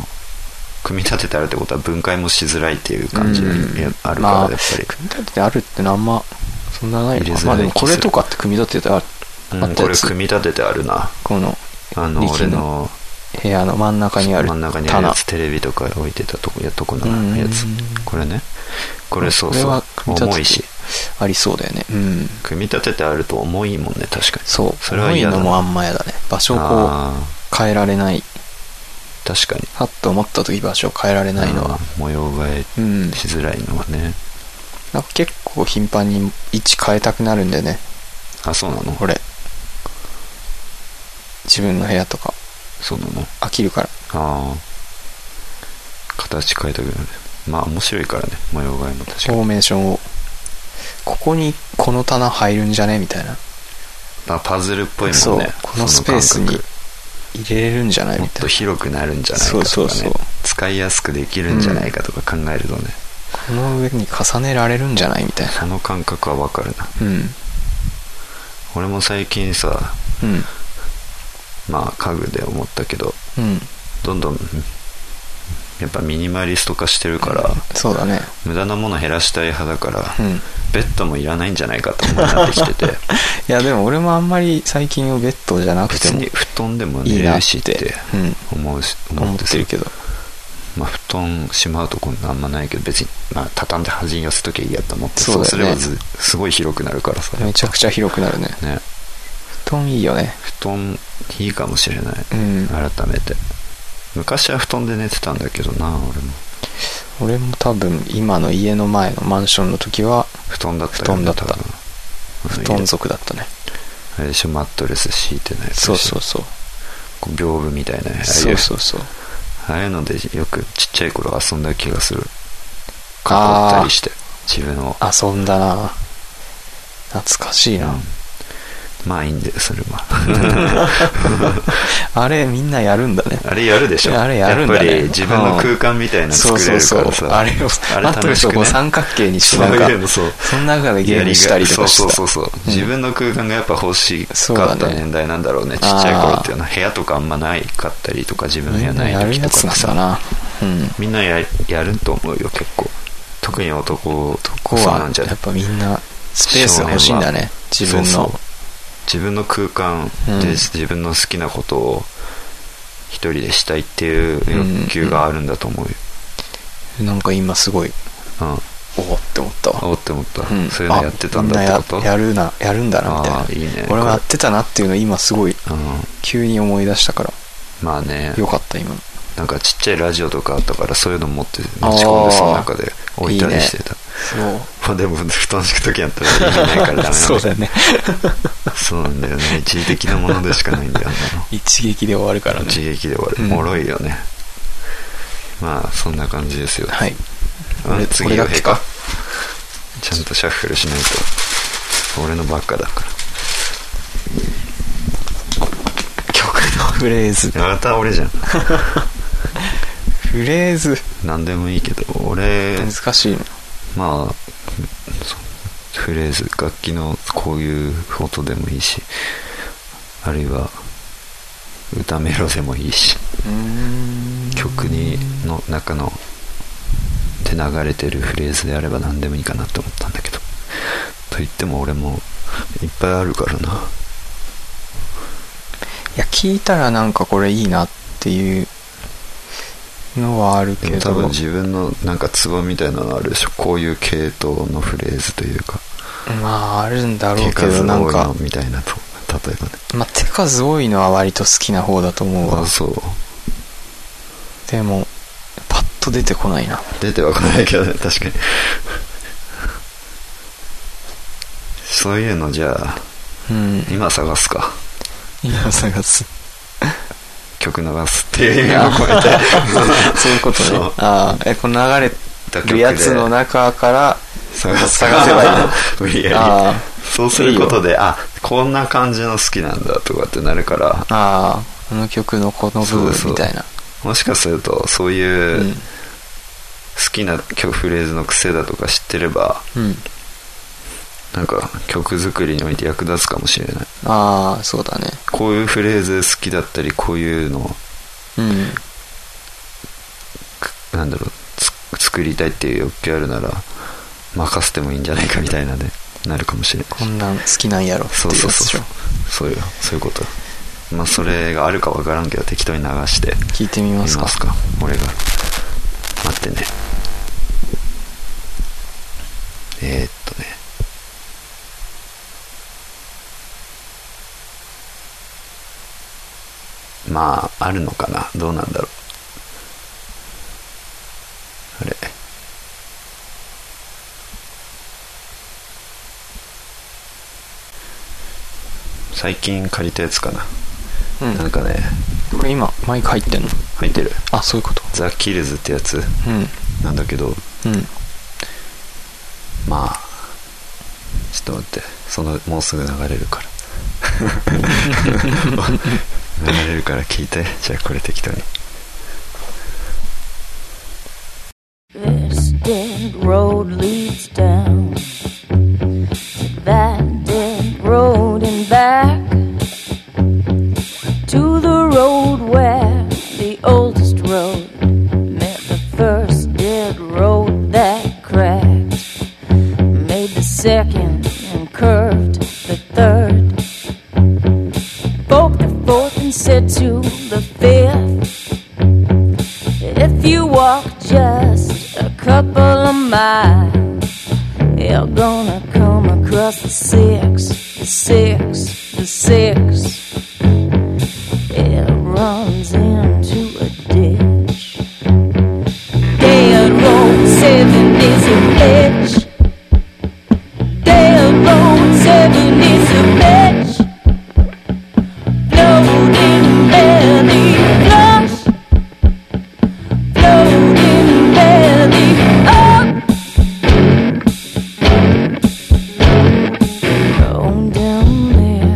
[SPEAKER 2] 組み立ててあるってことは分解もしづらいっていう感じがやあるからやっぱり、
[SPEAKER 3] 組み立ててあるってのはあんま、そんなない
[SPEAKER 2] 入れ
[SPEAKER 3] のか
[SPEAKER 2] づ
[SPEAKER 3] ま
[SPEAKER 2] らい
[SPEAKER 3] あでもこれとかって組み立ててある、
[SPEAKER 2] うん
[SPEAKER 3] あった
[SPEAKER 2] こ
[SPEAKER 3] や
[SPEAKER 2] れ
[SPEAKER 3] つ
[SPEAKER 2] 組み立ててあるな
[SPEAKER 3] この
[SPEAKER 2] あの
[SPEAKER 3] 力
[SPEAKER 2] 俺
[SPEAKER 3] の
[SPEAKER 2] の
[SPEAKER 3] 部屋の真ん中にある
[SPEAKER 2] 真ん
[SPEAKER 3] 棚。
[SPEAKER 2] 中にあるやつテレビとか置いてたとこやとこのやつ
[SPEAKER 3] うん
[SPEAKER 2] これねこれそうそう
[SPEAKER 3] は組み立てて
[SPEAKER 2] 重いし
[SPEAKER 3] ありそうだよね。うん。
[SPEAKER 2] 組み立ててあると重いもんね確かに
[SPEAKER 3] そう。
[SPEAKER 2] それは
[SPEAKER 3] 重い
[SPEAKER 2] 嫌だ
[SPEAKER 3] の
[SPEAKER 2] な
[SPEAKER 3] もあんまやだね。場所をこ
[SPEAKER 2] あ
[SPEAKER 3] う変えられない。
[SPEAKER 2] ー確かに
[SPEAKER 3] はっと思った時場所を変えられないの
[SPEAKER 2] あ
[SPEAKER 3] は。
[SPEAKER 2] ー模様替
[SPEAKER 3] う
[SPEAKER 2] え
[SPEAKER 3] ん。
[SPEAKER 2] しづらいのはね、
[SPEAKER 3] なんか結構頻繁に位置変えたくなるんだよね。
[SPEAKER 2] あそうなの
[SPEAKER 3] 俺。自分の部屋とか
[SPEAKER 2] そうなの
[SPEAKER 3] 飽きるから。
[SPEAKER 2] ああ形変えたくなるねまあ面白いからね模様替えも確
[SPEAKER 3] フ
[SPEAKER 2] かに
[SPEAKER 3] ォーメーションを。ここにこの棚入るんじゃねみたいな。
[SPEAKER 2] あパズルっぽい
[SPEAKER 3] そ
[SPEAKER 2] も
[SPEAKER 3] うん
[SPEAKER 2] ね
[SPEAKER 3] このスペースに
[SPEAKER 2] 感
[SPEAKER 3] 入れれるんじゃな
[SPEAKER 2] 覚
[SPEAKER 3] い
[SPEAKER 2] も
[SPEAKER 3] み
[SPEAKER 2] った
[SPEAKER 3] い
[SPEAKER 2] と
[SPEAKER 3] な。
[SPEAKER 2] 広くなるんじゃないかとかね
[SPEAKER 3] そうそうそう
[SPEAKER 2] 使いやすくできるんじゃないかとか考えるとね、
[SPEAKER 3] この上に重ねられるんじゃないみたいな。
[SPEAKER 2] その感覚はわかるな
[SPEAKER 3] うん。
[SPEAKER 2] 俺も最近さ
[SPEAKER 3] うん。
[SPEAKER 2] まあ家具で思ったけど
[SPEAKER 3] うん。
[SPEAKER 2] どんどんやっぱミニマリスト化してるから
[SPEAKER 3] そうだね。
[SPEAKER 2] 無駄なもの減らしたい派だから、
[SPEAKER 3] うん。い
[SPEAKER 2] ベッドもいらないんじゃないかと思うようになってきてて
[SPEAKER 3] や、 でも俺もあんまり最近はベッドじゃなくて
[SPEAKER 2] 別
[SPEAKER 3] も
[SPEAKER 2] に布団でも
[SPEAKER 3] い
[SPEAKER 2] 寝
[SPEAKER 3] い
[SPEAKER 2] れ
[SPEAKER 3] なっ
[SPEAKER 2] るしってて、
[SPEAKER 3] うん。
[SPEAKER 2] 思うし思
[SPEAKER 3] 思
[SPEAKER 2] っ
[SPEAKER 3] ってて
[SPEAKER 2] さ
[SPEAKER 3] るけど。
[SPEAKER 2] まあ、布団しまうとこあんまないけど別に、まあ、畳んで端に寄せときゃいいやと思って
[SPEAKER 3] そ
[SPEAKER 2] そうう,、
[SPEAKER 3] だ
[SPEAKER 2] す
[SPEAKER 3] よ
[SPEAKER 2] れ
[SPEAKER 3] ね
[SPEAKER 2] ばずすごい広くなるからさ
[SPEAKER 3] めちゃくちゃ広くなるね。
[SPEAKER 2] ね
[SPEAKER 3] 布団いいよね。
[SPEAKER 2] 布団いいかもしれない、
[SPEAKER 3] うん
[SPEAKER 2] 改めて昔は布団で寝てたんだけどな俺も
[SPEAKER 3] 俺も多分今の家の前のマンションの時は
[SPEAKER 2] 布団だったよ
[SPEAKER 3] 布団だった
[SPEAKER 2] 多分
[SPEAKER 3] 布
[SPEAKER 2] あの
[SPEAKER 3] 団
[SPEAKER 2] い
[SPEAKER 3] 族だったね。
[SPEAKER 2] あれでしょマットレス敷いてないやつでし
[SPEAKER 3] そ
[SPEAKER 2] ょ
[SPEAKER 3] うそうそう。
[SPEAKER 2] こう屏風みたいなああいう
[SPEAKER 3] そうそうそう。
[SPEAKER 2] ああいうのでよくちっちゃい頃遊んだ気がする囲ったりして自分を
[SPEAKER 3] 遊んだな懐かしいな。
[SPEAKER 2] うんまあいいんだよそれは
[SPEAKER 3] あれみんなやるんだね
[SPEAKER 2] あれやるでしょ
[SPEAKER 3] あれやるんだね
[SPEAKER 2] やっぱり自分の空間みたいなの
[SPEAKER 3] そう
[SPEAKER 2] 作
[SPEAKER 3] そ
[SPEAKER 2] れ
[SPEAKER 3] う
[SPEAKER 2] る
[SPEAKER 3] そ
[SPEAKER 2] から
[SPEAKER 3] う
[SPEAKER 2] さ
[SPEAKER 3] あれを
[SPEAKER 2] あれ
[SPEAKER 3] なんと
[SPEAKER 2] 楽
[SPEAKER 3] か
[SPEAKER 2] し
[SPEAKER 3] そ
[SPEAKER 2] く
[SPEAKER 3] こ
[SPEAKER 2] ね
[SPEAKER 3] う三角形にして
[SPEAKER 2] そう
[SPEAKER 3] なんか
[SPEAKER 2] いうのそう
[SPEAKER 3] その中でゲームしたりとかして
[SPEAKER 2] そう
[SPEAKER 3] た
[SPEAKER 2] そうそうそう、
[SPEAKER 3] うん
[SPEAKER 2] 自分の空間がやっぱ欲しかった年代なんだろうね
[SPEAKER 3] そう
[SPEAKER 2] ちっ
[SPEAKER 3] だね
[SPEAKER 2] ちゃい頃っていうのは部屋とかあんまないかったりとか自分の部
[SPEAKER 3] み
[SPEAKER 2] 屋
[SPEAKER 3] んな
[SPEAKER 2] ない
[SPEAKER 3] やる
[SPEAKER 2] 時と
[SPEAKER 3] やつ
[SPEAKER 2] か
[SPEAKER 3] なんだ
[SPEAKER 2] さ
[SPEAKER 3] なうん
[SPEAKER 2] みんなややると思うよ結構特に男
[SPEAKER 3] こ
[SPEAKER 2] 男
[SPEAKER 3] う
[SPEAKER 2] そう
[SPEAKER 3] は
[SPEAKER 2] なんじゃな
[SPEAKER 3] や
[SPEAKER 2] い
[SPEAKER 3] っぱみんなスペースが欲しいんだね
[SPEAKER 2] 少
[SPEAKER 3] 自
[SPEAKER 2] 年は
[SPEAKER 3] 分
[SPEAKER 2] そう
[SPEAKER 3] の
[SPEAKER 2] そう自分の空間
[SPEAKER 3] うん
[SPEAKER 2] で自分の好きなことを一人でしたいっていう欲求があるんだと思うよ、
[SPEAKER 3] なんか今すごい
[SPEAKER 2] うん
[SPEAKER 3] おおって思ったわ
[SPEAKER 2] おって思った、
[SPEAKER 3] ん
[SPEAKER 2] そういうのやってたんだってこ
[SPEAKER 3] あみ
[SPEAKER 2] と
[SPEAKER 3] んなややるなやるんだなみ
[SPEAKER 2] あ
[SPEAKER 3] た
[SPEAKER 2] ー
[SPEAKER 3] い
[SPEAKER 2] いい
[SPEAKER 3] な
[SPEAKER 2] ね
[SPEAKER 3] 俺はやってたなっていうのを今すごい
[SPEAKER 2] うん
[SPEAKER 3] 急に思い出したから
[SPEAKER 2] まあね
[SPEAKER 3] よかった今
[SPEAKER 2] なんかちっちゃいラジオとかあったからそういうの持って持ち込んで
[SPEAKER 3] あー
[SPEAKER 2] その中で置いたりしてた
[SPEAKER 3] そう
[SPEAKER 2] まあでも布団敷く時やったら意味ないからダメなんだ
[SPEAKER 3] そうだね
[SPEAKER 2] そうなんだよね一時的なものでしかないん だよあ
[SPEAKER 3] 一撃で終わるか
[SPEAKER 2] んな
[SPEAKER 3] ら
[SPEAKER 2] の
[SPEAKER 3] ね
[SPEAKER 2] 一撃で終わる、
[SPEAKER 3] うん
[SPEAKER 2] もろいよねまあそんな感じですよ、
[SPEAKER 3] はい
[SPEAKER 2] うん
[SPEAKER 3] 俺
[SPEAKER 2] 次
[SPEAKER 3] 俺だっ
[SPEAKER 2] 洋
[SPEAKER 3] け
[SPEAKER 2] 平か
[SPEAKER 3] か
[SPEAKER 2] ちゃんとシャッフルしないと俺のばっかだから
[SPEAKER 3] 曲の フレーズ
[SPEAKER 2] また俺じゃん
[SPEAKER 3] フレーズ
[SPEAKER 2] 何でもいいけど俺
[SPEAKER 3] 難しいの
[SPEAKER 2] まあそうフレーズ楽器のこういう音でもいいしあるいは歌メロでもいいし曲にの中ので流れてるフレーズであれば何でもいいかなと思ったんだけどと言っても俺もいっぱいあるからない
[SPEAKER 3] や聞いたらなんかこれいいなっていうのはある
[SPEAKER 2] で
[SPEAKER 3] け
[SPEAKER 2] も多
[SPEAKER 3] ど
[SPEAKER 2] 分自分のなんかツボみたいなのあるでしょこういう系統のフレーズというか
[SPEAKER 3] まああるんだろ
[SPEAKER 2] 手
[SPEAKER 3] うけど
[SPEAKER 2] 数
[SPEAKER 3] な
[SPEAKER 2] が
[SPEAKER 3] ん
[SPEAKER 2] 多いの
[SPEAKER 3] か、
[SPEAKER 2] みたいなと例えばね
[SPEAKER 3] まあ、手数多いのは割と好きな方だと思う
[SPEAKER 2] あ
[SPEAKER 3] わ
[SPEAKER 2] そう
[SPEAKER 3] でもパッと出てこないな
[SPEAKER 2] 出てはこないけどね確かにそういうのじゃあ
[SPEAKER 3] うん
[SPEAKER 2] 今探すか
[SPEAKER 3] 今探す
[SPEAKER 2] 曲流すっていう意味を込めて
[SPEAKER 3] そういうこと
[SPEAKER 2] そう
[SPEAKER 3] ねああえこの流れ
[SPEAKER 2] 歌曲
[SPEAKER 3] る
[SPEAKER 2] で
[SPEAKER 3] やつの中から
[SPEAKER 2] 探す
[SPEAKER 3] 探せばいいの
[SPEAKER 2] 無理やり
[SPEAKER 3] あ
[SPEAKER 2] そうすることであこんな感じの好きなんだとかってなるから
[SPEAKER 3] ああこの曲のこの部
[SPEAKER 2] そうそう
[SPEAKER 3] 分みたいな
[SPEAKER 2] もしかするとそう
[SPEAKER 3] う
[SPEAKER 2] いうん好きな曲フレーズの癖だとか知ってれば
[SPEAKER 3] うん
[SPEAKER 2] なんか曲作りにおいて役立つかもしれない
[SPEAKER 3] ああそうだね
[SPEAKER 2] こういうフレーズ好きだったりこういうの
[SPEAKER 3] うん
[SPEAKER 2] なんだろうつ作りたいっていう欲求あるなら任せてもいいんじゃないかみたいなねなるかもしれない
[SPEAKER 3] こんなん好きなんやろって
[SPEAKER 2] そう
[SPEAKER 3] いう
[SPEAKER 2] そ
[SPEAKER 3] や
[SPEAKER 2] う
[SPEAKER 3] つでし
[SPEAKER 2] そ
[SPEAKER 3] ょ
[SPEAKER 2] うそうよそういうことまあそれがあるかわからんけど適当に流して
[SPEAKER 3] 聞いてみ
[SPEAKER 2] み
[SPEAKER 3] ま
[SPEAKER 2] ます
[SPEAKER 3] か
[SPEAKER 2] すか俺が待ってねえー、っとねまああるのかなどうなんだろうあれ最近借りたやつかな、
[SPEAKER 3] うん
[SPEAKER 2] なんかね
[SPEAKER 3] これ今マイク入ってんの
[SPEAKER 2] 入ってる
[SPEAKER 3] あそういうこと
[SPEAKER 2] ザ・キルズってやつ
[SPEAKER 3] うん
[SPEAKER 2] なんだけど
[SPEAKER 3] うん
[SPEAKER 2] まあちょっと待ってそのもうすぐ流れる から流れるから聞いてじゃあこれ適当に
[SPEAKER 4] This dead road leads down to that dead road and back to the road where the oldest road met the first dead road that cracked, made the second and curved the third, broke the fourth and said to the fifth. If you walk just a couple of miles, you're gonna come across the six, the six, the six. It runs into a ditch. Dead road seven is an edge. Dead road seven is a edge. Floating belly flush. Floating belly up. Going down there.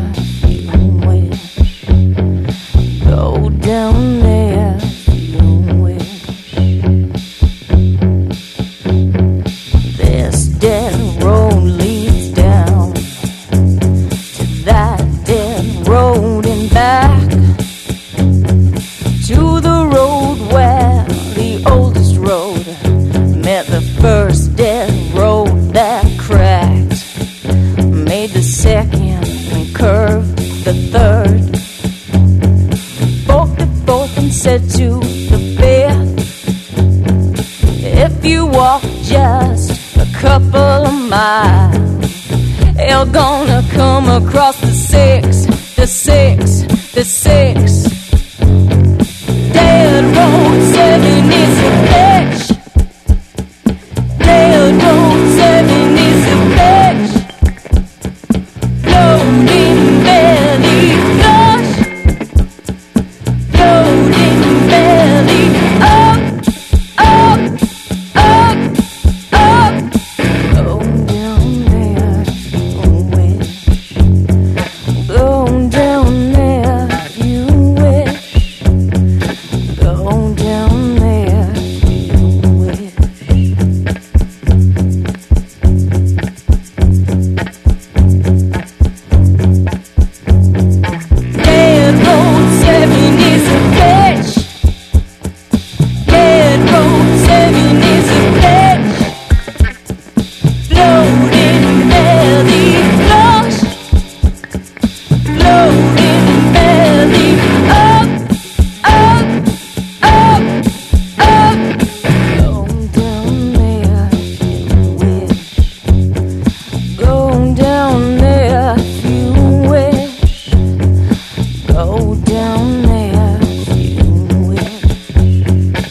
[SPEAKER 4] and set to the fifth. If you walk just a couple of miles, you're gonna come across the six, the six, the six. Dead road seven is a bitch. Dead road seven is a bitch. Floating belly flush. Floating belly up, up, up, up. Go down there, you wish. Go down there, you wish. Go down there, you wish. Dead Road 7 is a bitch. Dead Road 7 is a bitch. Floating belly flush. Floating belly up, up, up, up. Go down there, you wish. Go down there, you wish. Go down there, you will.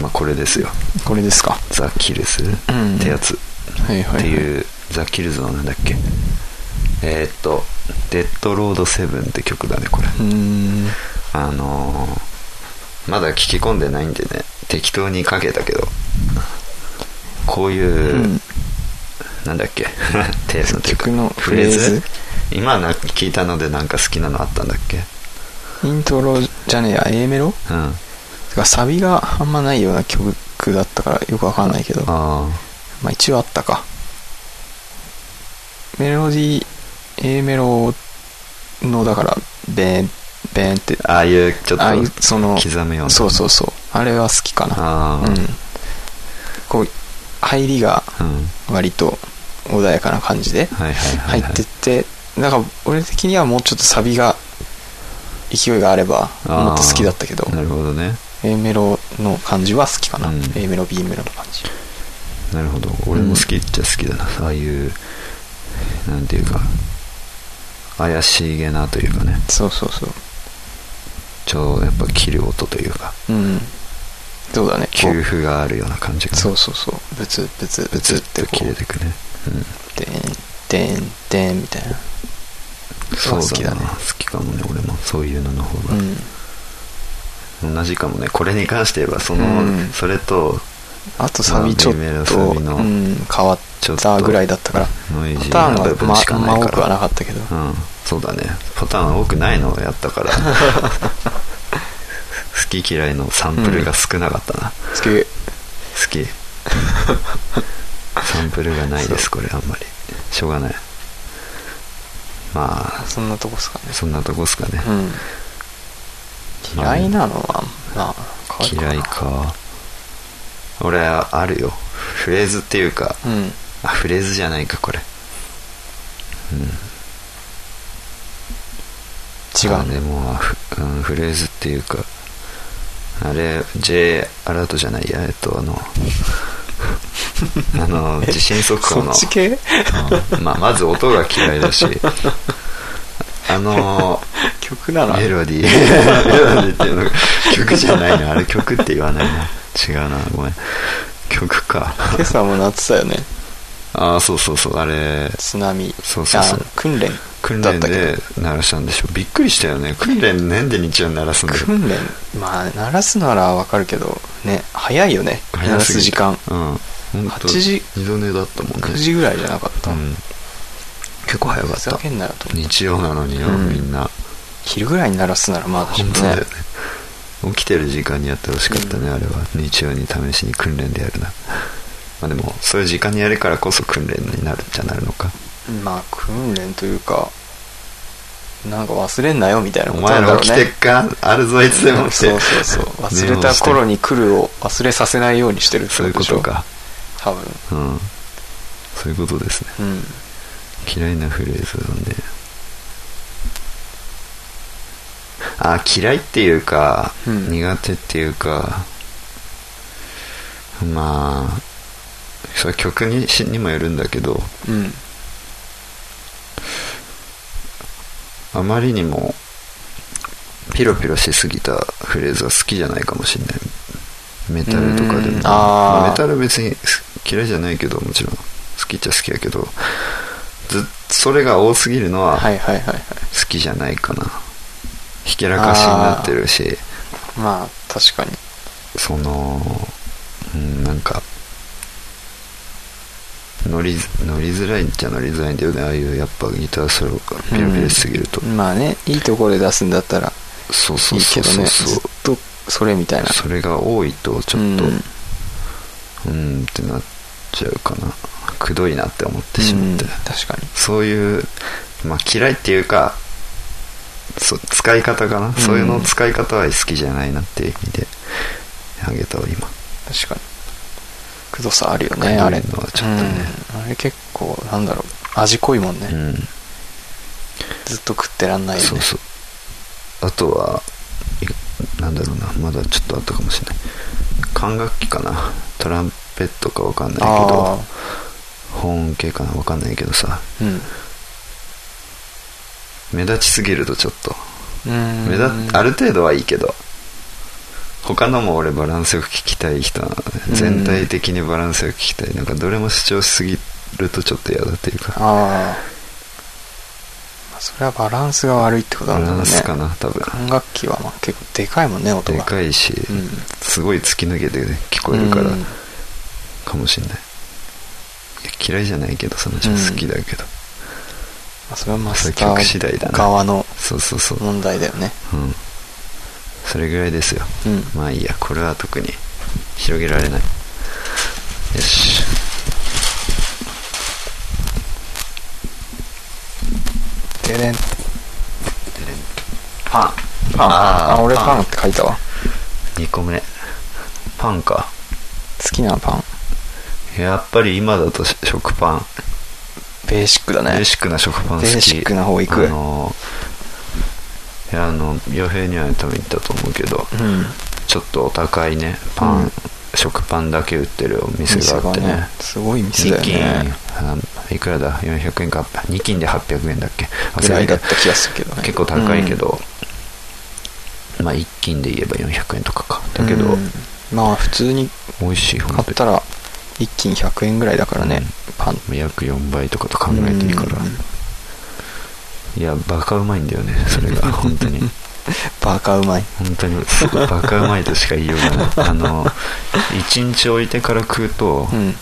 [SPEAKER 2] まあこれですよ
[SPEAKER 3] これですか
[SPEAKER 2] ザ・キルズ、
[SPEAKER 3] うん
[SPEAKER 2] ってやつっ
[SPEAKER 3] はいはい
[SPEAKER 2] て
[SPEAKER 3] う
[SPEAKER 2] いうザ・キルズのなんだっけえーっと「デッド・ロード・セブン」って曲だねこれ
[SPEAKER 3] ーん
[SPEAKER 2] あのーまだ聞き込んでないんでね適当にかけたけどこういう、
[SPEAKER 3] うん
[SPEAKER 2] なんだっ けテーマというか
[SPEAKER 3] 曲のフレーズ
[SPEAKER 2] 今な聞いたのでなんか好きなのあったんだっけ
[SPEAKER 3] イントロじゃねえや A メロ
[SPEAKER 2] うんあ
[SPEAKER 3] てかサビがあんまないような曲だったからよくわかんないけど
[SPEAKER 2] あ
[SPEAKER 3] まあ一応あったかメロディー A メロのだからベーンベーンって
[SPEAKER 2] ああいうちょっ
[SPEAKER 3] ああいう
[SPEAKER 2] と
[SPEAKER 3] その
[SPEAKER 2] 刻むような
[SPEAKER 3] そうそうそうあれは好きかな
[SPEAKER 2] あ
[SPEAKER 3] うんこう入りが
[SPEAKER 2] あうん、
[SPEAKER 3] 割と穏やかな感じで
[SPEAKER 2] はいはいは
[SPEAKER 3] 入
[SPEAKER 2] い、はい、
[SPEAKER 3] ってってなんか俺的にはもうちょっとサビが勢いがあれば
[SPEAKER 2] あー
[SPEAKER 3] もっと好きだったけど
[SPEAKER 2] なるほどね
[SPEAKER 3] A メロの感じは好きかな、
[SPEAKER 2] うん
[SPEAKER 3] A メロ B メロの感じ
[SPEAKER 2] なるほど俺も好きっちゃ好きだな、ああいうなんていうか怪しげなというかね
[SPEAKER 3] そうそうそう
[SPEAKER 2] ちょうどやっぱ切る音というか
[SPEAKER 3] うんそうだねこ
[SPEAKER 2] 給付があるような感じ
[SPEAKER 3] う
[SPEAKER 2] が
[SPEAKER 3] そうそうそうブツブツブ
[SPEAKER 2] ブツ
[SPEAKER 3] ツっ
[SPEAKER 2] ッ
[SPEAKER 3] て
[SPEAKER 2] と
[SPEAKER 3] こ
[SPEAKER 2] 切れ
[SPEAKER 3] う
[SPEAKER 2] てくね、うん、
[SPEAKER 3] でんでんでんみたいな
[SPEAKER 2] そう
[SPEAKER 3] 好き
[SPEAKER 2] だ
[SPEAKER 3] だ
[SPEAKER 2] な
[SPEAKER 3] ね
[SPEAKER 2] 好きかもね俺もそういうのの方
[SPEAKER 3] う
[SPEAKER 2] が、
[SPEAKER 3] ん
[SPEAKER 2] 同じかもねこれに関して言えばその、
[SPEAKER 3] うん
[SPEAKER 2] それと
[SPEAKER 3] あとサビちょっ
[SPEAKER 2] まあ B メロサ
[SPEAKER 3] と、う
[SPEAKER 2] ビの
[SPEAKER 3] ん、変わったぐらいだったから
[SPEAKER 2] ノイジ
[SPEAKER 3] パ
[SPEAKER 2] ー
[SPEAKER 3] ターン
[SPEAKER 2] な部
[SPEAKER 3] は
[SPEAKER 2] 分しか
[SPEAKER 3] まま
[SPEAKER 2] な
[SPEAKER 3] あ
[SPEAKER 2] い
[SPEAKER 3] 多
[SPEAKER 2] か
[SPEAKER 3] くはな
[SPEAKER 2] ら、
[SPEAKER 3] かったけど
[SPEAKER 2] うんそうだねパターン多くないのをやったから 好き嫌いのサンプルが少なかったな、
[SPEAKER 3] すげえ
[SPEAKER 2] 好 きサンプルがないですこれあんまりしょうがないまあ
[SPEAKER 3] そんなとこっすかね
[SPEAKER 2] そんなとこっすかね、
[SPEAKER 3] うん
[SPEAKER 2] まあ
[SPEAKER 3] 嫌いなのはまあ
[SPEAKER 2] 嫌いか俺はあるよフレーズっていうか
[SPEAKER 3] うん
[SPEAKER 2] あフレーズじゃないかこれ
[SPEAKER 3] 違
[SPEAKER 2] あ
[SPEAKER 3] う
[SPEAKER 2] でもフ,、うん、フレーズっていうかあれ J アラートじゃないやえっと あのあの地震速報
[SPEAKER 3] そ
[SPEAKER 2] の
[SPEAKER 3] っち系
[SPEAKER 2] うんまあ、まず音が嫌いだ しあの
[SPEAKER 3] 曲なら
[SPEAKER 2] メロディーメロディーっていうのが曲じゃないなあれ曲って言わないな違うなごめん曲か
[SPEAKER 3] 今朝も鳴ってたよね
[SPEAKER 2] ああそうそうそうあれ
[SPEAKER 3] 津波
[SPEAKER 2] そうそうそう
[SPEAKER 3] あ訓練
[SPEAKER 2] 訓
[SPEAKER 3] だっ
[SPEAKER 2] 練
[SPEAKER 3] たけど
[SPEAKER 2] で鳴らしたんでしょびっくりしたよね訓練なんで日曜に鳴らすんだよ
[SPEAKER 3] 訓練まあ鳴らすならわかるけどね早いよね鳴ら
[SPEAKER 2] 早ぎ
[SPEAKER 3] す
[SPEAKER 2] た
[SPEAKER 3] 時間
[SPEAKER 2] うん
[SPEAKER 3] 8時
[SPEAKER 2] 二度寝だったもんね
[SPEAKER 3] 9時ぐらいじゃなかった
[SPEAKER 2] うん、結構早かっ
[SPEAKER 3] ふざ
[SPEAKER 2] た
[SPEAKER 3] けんなよと思って
[SPEAKER 2] 日曜なのによ、
[SPEAKER 3] うん
[SPEAKER 2] みんな
[SPEAKER 3] 昼ぐらいに鳴らすならまだし
[SPEAKER 2] 本
[SPEAKER 3] も
[SPEAKER 2] 当だ
[SPEAKER 3] ね
[SPEAKER 2] よね起きてる時間にやってほしかったね、あれは日曜に試しに訓練でやるなまあでもそういう時間にやるからこそ訓練になるっちゃなるのか
[SPEAKER 3] まあ訓練というかなんか忘れんなよみたいな
[SPEAKER 2] お
[SPEAKER 3] ことな
[SPEAKER 2] 前
[SPEAKER 3] んだ
[SPEAKER 2] ら
[SPEAKER 3] ろう
[SPEAKER 2] 起きて
[SPEAKER 3] ね
[SPEAKER 2] っか、あるぞいつでも来て
[SPEAKER 3] そうそうそう忘れた頃に来るを忘れさせないようにしてるって
[SPEAKER 2] そういう
[SPEAKER 3] で
[SPEAKER 2] こ
[SPEAKER 3] しょ
[SPEAKER 2] とか
[SPEAKER 3] 多分
[SPEAKER 2] うんそういうことですね
[SPEAKER 3] うん
[SPEAKER 2] 嫌いなフレーズなんであ嫌いっていうか、
[SPEAKER 3] うん
[SPEAKER 2] 苦手っていうかまあそれ曲にしにもよるんだけど
[SPEAKER 3] うん
[SPEAKER 2] あまりにもピロピロしすぎたフレーズは好きじゃないかもしれないメタルとかでも
[SPEAKER 3] うんあー
[SPEAKER 2] まあメタルは別に嫌いじゃないけどもちろん好きっちゃ好きやけどずそれが多すぎるのは
[SPEAKER 3] はいはいはいはい
[SPEAKER 2] 好きじゃないかな、ひけらかしになってるし
[SPEAKER 3] まあ確かに
[SPEAKER 2] そのうんなんか乗り乗りづらいっちゃ乗りづらいんだよねああいうやっぱギターソロがピロピロしすぎると、
[SPEAKER 3] うんまあねいいところで出すんだったら
[SPEAKER 2] そう
[SPEAKER 3] い
[SPEAKER 2] そう
[SPEAKER 3] い
[SPEAKER 2] そ
[SPEAKER 3] け
[SPEAKER 2] う
[SPEAKER 3] ど
[SPEAKER 2] そ
[SPEAKER 3] ね
[SPEAKER 2] うそう
[SPEAKER 3] ずっとそれみたいな
[SPEAKER 2] それが多いとちょっと
[SPEAKER 3] うん
[SPEAKER 2] うんってなっちゃうかなくどいなって思ってしまって、
[SPEAKER 3] うん確かに
[SPEAKER 2] そういう、まあ、嫌いっていうかそ使い方かな、そういうのを使い方は好きじゃないなっていう意味であげたわ今
[SPEAKER 3] 確かにくどさあるよ
[SPEAKER 2] くどい
[SPEAKER 3] ね
[SPEAKER 2] のは
[SPEAKER 3] あれ
[SPEAKER 2] ちょっとね
[SPEAKER 3] うんあれ結構なんだろう味濃いもんね、
[SPEAKER 2] うん、
[SPEAKER 3] ずっと食ってらんないよね
[SPEAKER 2] そうそうあとはいなんだろうなまだちょっとあったかもしれない管楽器かなトランペットかわかんないけ
[SPEAKER 3] あ
[SPEAKER 2] ど本系かなわかんないけどさ
[SPEAKER 3] あうん
[SPEAKER 2] 目立ちすぎるとちょっと
[SPEAKER 3] うん
[SPEAKER 2] 目立っある程度はいいけど他のも俺バランスよく聞きたい人なのね
[SPEAKER 3] うん
[SPEAKER 2] 全体的にバランスよく聞きたいなんかどれも主張しすぎるとちょっと嫌だっていうか
[SPEAKER 3] ああまあそれはバランスが悪いってことな
[SPEAKER 2] バ
[SPEAKER 3] んだろう
[SPEAKER 2] ラ
[SPEAKER 3] ね
[SPEAKER 2] ンスかな多分
[SPEAKER 3] 管楽器はまあ結構でかいもんね音
[SPEAKER 2] で
[SPEAKER 3] が
[SPEAKER 2] かいし、
[SPEAKER 3] うん
[SPEAKER 2] すごい突き抜けて聞こえるから
[SPEAKER 3] うん
[SPEAKER 2] かもしんないいや嫌いじゃないけどその人
[SPEAKER 3] うん
[SPEAKER 2] 好きだけど、
[SPEAKER 3] まあそれはマ
[SPEAKER 2] そ
[SPEAKER 3] ス
[SPEAKER 2] れ
[SPEAKER 3] タ
[SPEAKER 2] 曲次第だ
[SPEAKER 3] ー
[SPEAKER 2] な
[SPEAKER 3] 側の
[SPEAKER 2] そうそうそう
[SPEAKER 3] 問題だよね
[SPEAKER 2] うんそれぐらいですよ
[SPEAKER 3] うん
[SPEAKER 2] まあいいやこれは特に広げられないよし
[SPEAKER 3] ででん
[SPEAKER 2] パン
[SPEAKER 3] パン
[SPEAKER 2] あ
[SPEAKER 3] あ
[SPEAKER 2] ー
[SPEAKER 3] 俺
[SPEAKER 2] パン
[SPEAKER 3] パンって書いたわ
[SPEAKER 2] 2個目パンか
[SPEAKER 3] 好きなパン
[SPEAKER 2] やっぱり今だとし食パン、
[SPEAKER 3] ベーシックだ
[SPEAKER 2] ベ
[SPEAKER 3] ね
[SPEAKER 2] ーシックな食パン好き
[SPEAKER 3] ベーシックな方行く
[SPEAKER 2] あのいやあの傭兵には多分行ったと思うけど
[SPEAKER 3] うん
[SPEAKER 2] ちょっとお高いねパン、
[SPEAKER 3] うん
[SPEAKER 2] 食パンだけ売ってるお店があってね
[SPEAKER 3] 店がすごい店だ
[SPEAKER 2] 2
[SPEAKER 3] よ
[SPEAKER 2] 斤、
[SPEAKER 3] ね
[SPEAKER 2] あいくらだ400円か2斤で800円だっけ
[SPEAKER 3] ぐらいだっ
[SPEAKER 2] け
[SPEAKER 3] た気がするけどね
[SPEAKER 2] 結構高いけど、まあ1斤で言えば400円とかかだけど、
[SPEAKER 3] うんまあ普通に
[SPEAKER 2] 美味しい
[SPEAKER 3] 買
[SPEAKER 2] 本
[SPEAKER 3] ったら一斤100円ぐらいだからね、
[SPEAKER 2] うん
[SPEAKER 3] パン
[SPEAKER 2] 当に約4倍とかと考えていいから、
[SPEAKER 3] うん
[SPEAKER 2] いやバカうまいんだよねそれ が本当に
[SPEAKER 3] バカうまい
[SPEAKER 2] 本当にすごいバカうまいとしか言いようがないあの1日置いてから食うと「
[SPEAKER 3] うん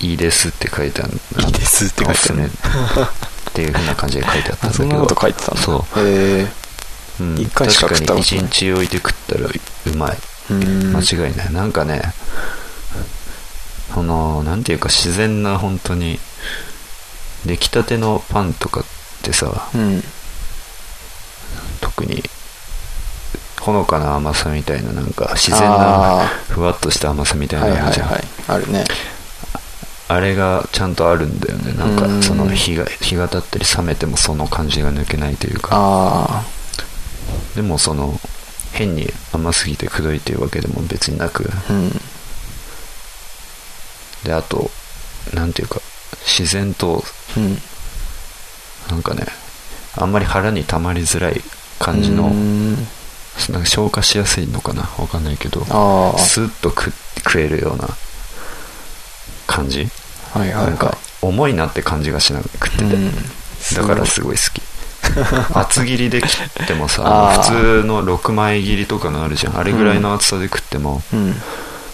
[SPEAKER 2] いいです」って書いてある
[SPEAKER 3] いいですって書い
[SPEAKER 2] おすす
[SPEAKER 3] てある
[SPEAKER 2] めっていうふうな感じで書いてあったんだけ
[SPEAKER 3] あ
[SPEAKER 2] ど
[SPEAKER 3] そんなこと書いてたんだ
[SPEAKER 2] そう
[SPEAKER 3] へえ
[SPEAKER 2] う、うん、
[SPEAKER 3] 一回しか食ったことない
[SPEAKER 2] 確かに1日置いて食ったらうまい
[SPEAKER 3] うん
[SPEAKER 2] 間違いない、なんかねそのなんていうか自然な本当に出来たてのパンとかってさ
[SPEAKER 3] うん
[SPEAKER 2] 特にほのかな甘さみたいななんか自然な
[SPEAKER 3] あ
[SPEAKER 2] ふわっとした甘さみた
[SPEAKER 3] ー
[SPEAKER 2] いな
[SPEAKER 3] は
[SPEAKER 2] いの
[SPEAKER 3] は
[SPEAKER 2] あ
[SPEAKER 3] い
[SPEAKER 2] るじゃん、
[SPEAKER 3] はいあるね
[SPEAKER 2] あれがちゃんとあるんだよねなん
[SPEAKER 3] うん
[SPEAKER 2] かその日が日が経ったり冷めてもその感じが抜けないというか
[SPEAKER 3] あ
[SPEAKER 2] でもその変に甘すぎてくどいというわけでも別になく
[SPEAKER 3] あうん
[SPEAKER 2] であとなんていうか自然と
[SPEAKER 3] うん
[SPEAKER 2] なんかねあんまり腹に溜まりづらい感じの
[SPEAKER 3] うん
[SPEAKER 2] なんか消化しやすいのかなわかんないけど
[SPEAKER 3] あ
[SPEAKER 2] スーッと食食えるような感じ
[SPEAKER 3] あはいは
[SPEAKER 2] な
[SPEAKER 3] いはい
[SPEAKER 2] んか重いなって感じがしなくってて、
[SPEAKER 3] うん
[SPEAKER 2] だからすごい好き 厚切りで切っても
[SPEAKER 3] あ
[SPEAKER 2] さ
[SPEAKER 3] ー
[SPEAKER 2] 普通の6枚切りとかのあるじゃんあれぐらいの厚さで食っても、
[SPEAKER 3] うん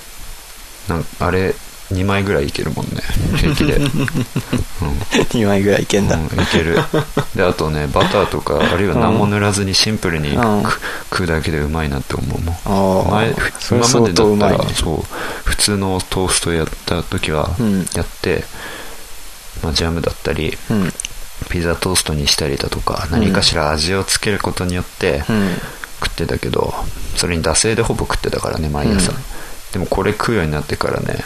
[SPEAKER 2] なんかあれ2枚ぐらいいけるもんね平 気で、うん
[SPEAKER 3] 2枚ぐらいいけんだ、
[SPEAKER 2] うんいけるであとねバターとかあるいは何も塗らずにシンプルにく、
[SPEAKER 3] うん
[SPEAKER 2] 食うだけでうまいなって思うもん
[SPEAKER 3] ああ
[SPEAKER 2] 前
[SPEAKER 3] それ相当う
[SPEAKER 2] 今ま
[SPEAKER 3] ま
[SPEAKER 2] でだ
[SPEAKER 3] い
[SPEAKER 2] った
[SPEAKER 3] ね
[SPEAKER 2] らそう普通のトーストやった時は
[SPEAKER 3] うん
[SPEAKER 2] やって、まあ、ジャムだったり
[SPEAKER 3] うん
[SPEAKER 2] ピザトーストにしたりだとか何かしら味をつけることによって
[SPEAKER 3] うん
[SPEAKER 2] 食ってたけど、それに惰性でほぼ食ってたからね毎朝、
[SPEAKER 3] うん
[SPEAKER 2] でもこれ食うようになってからね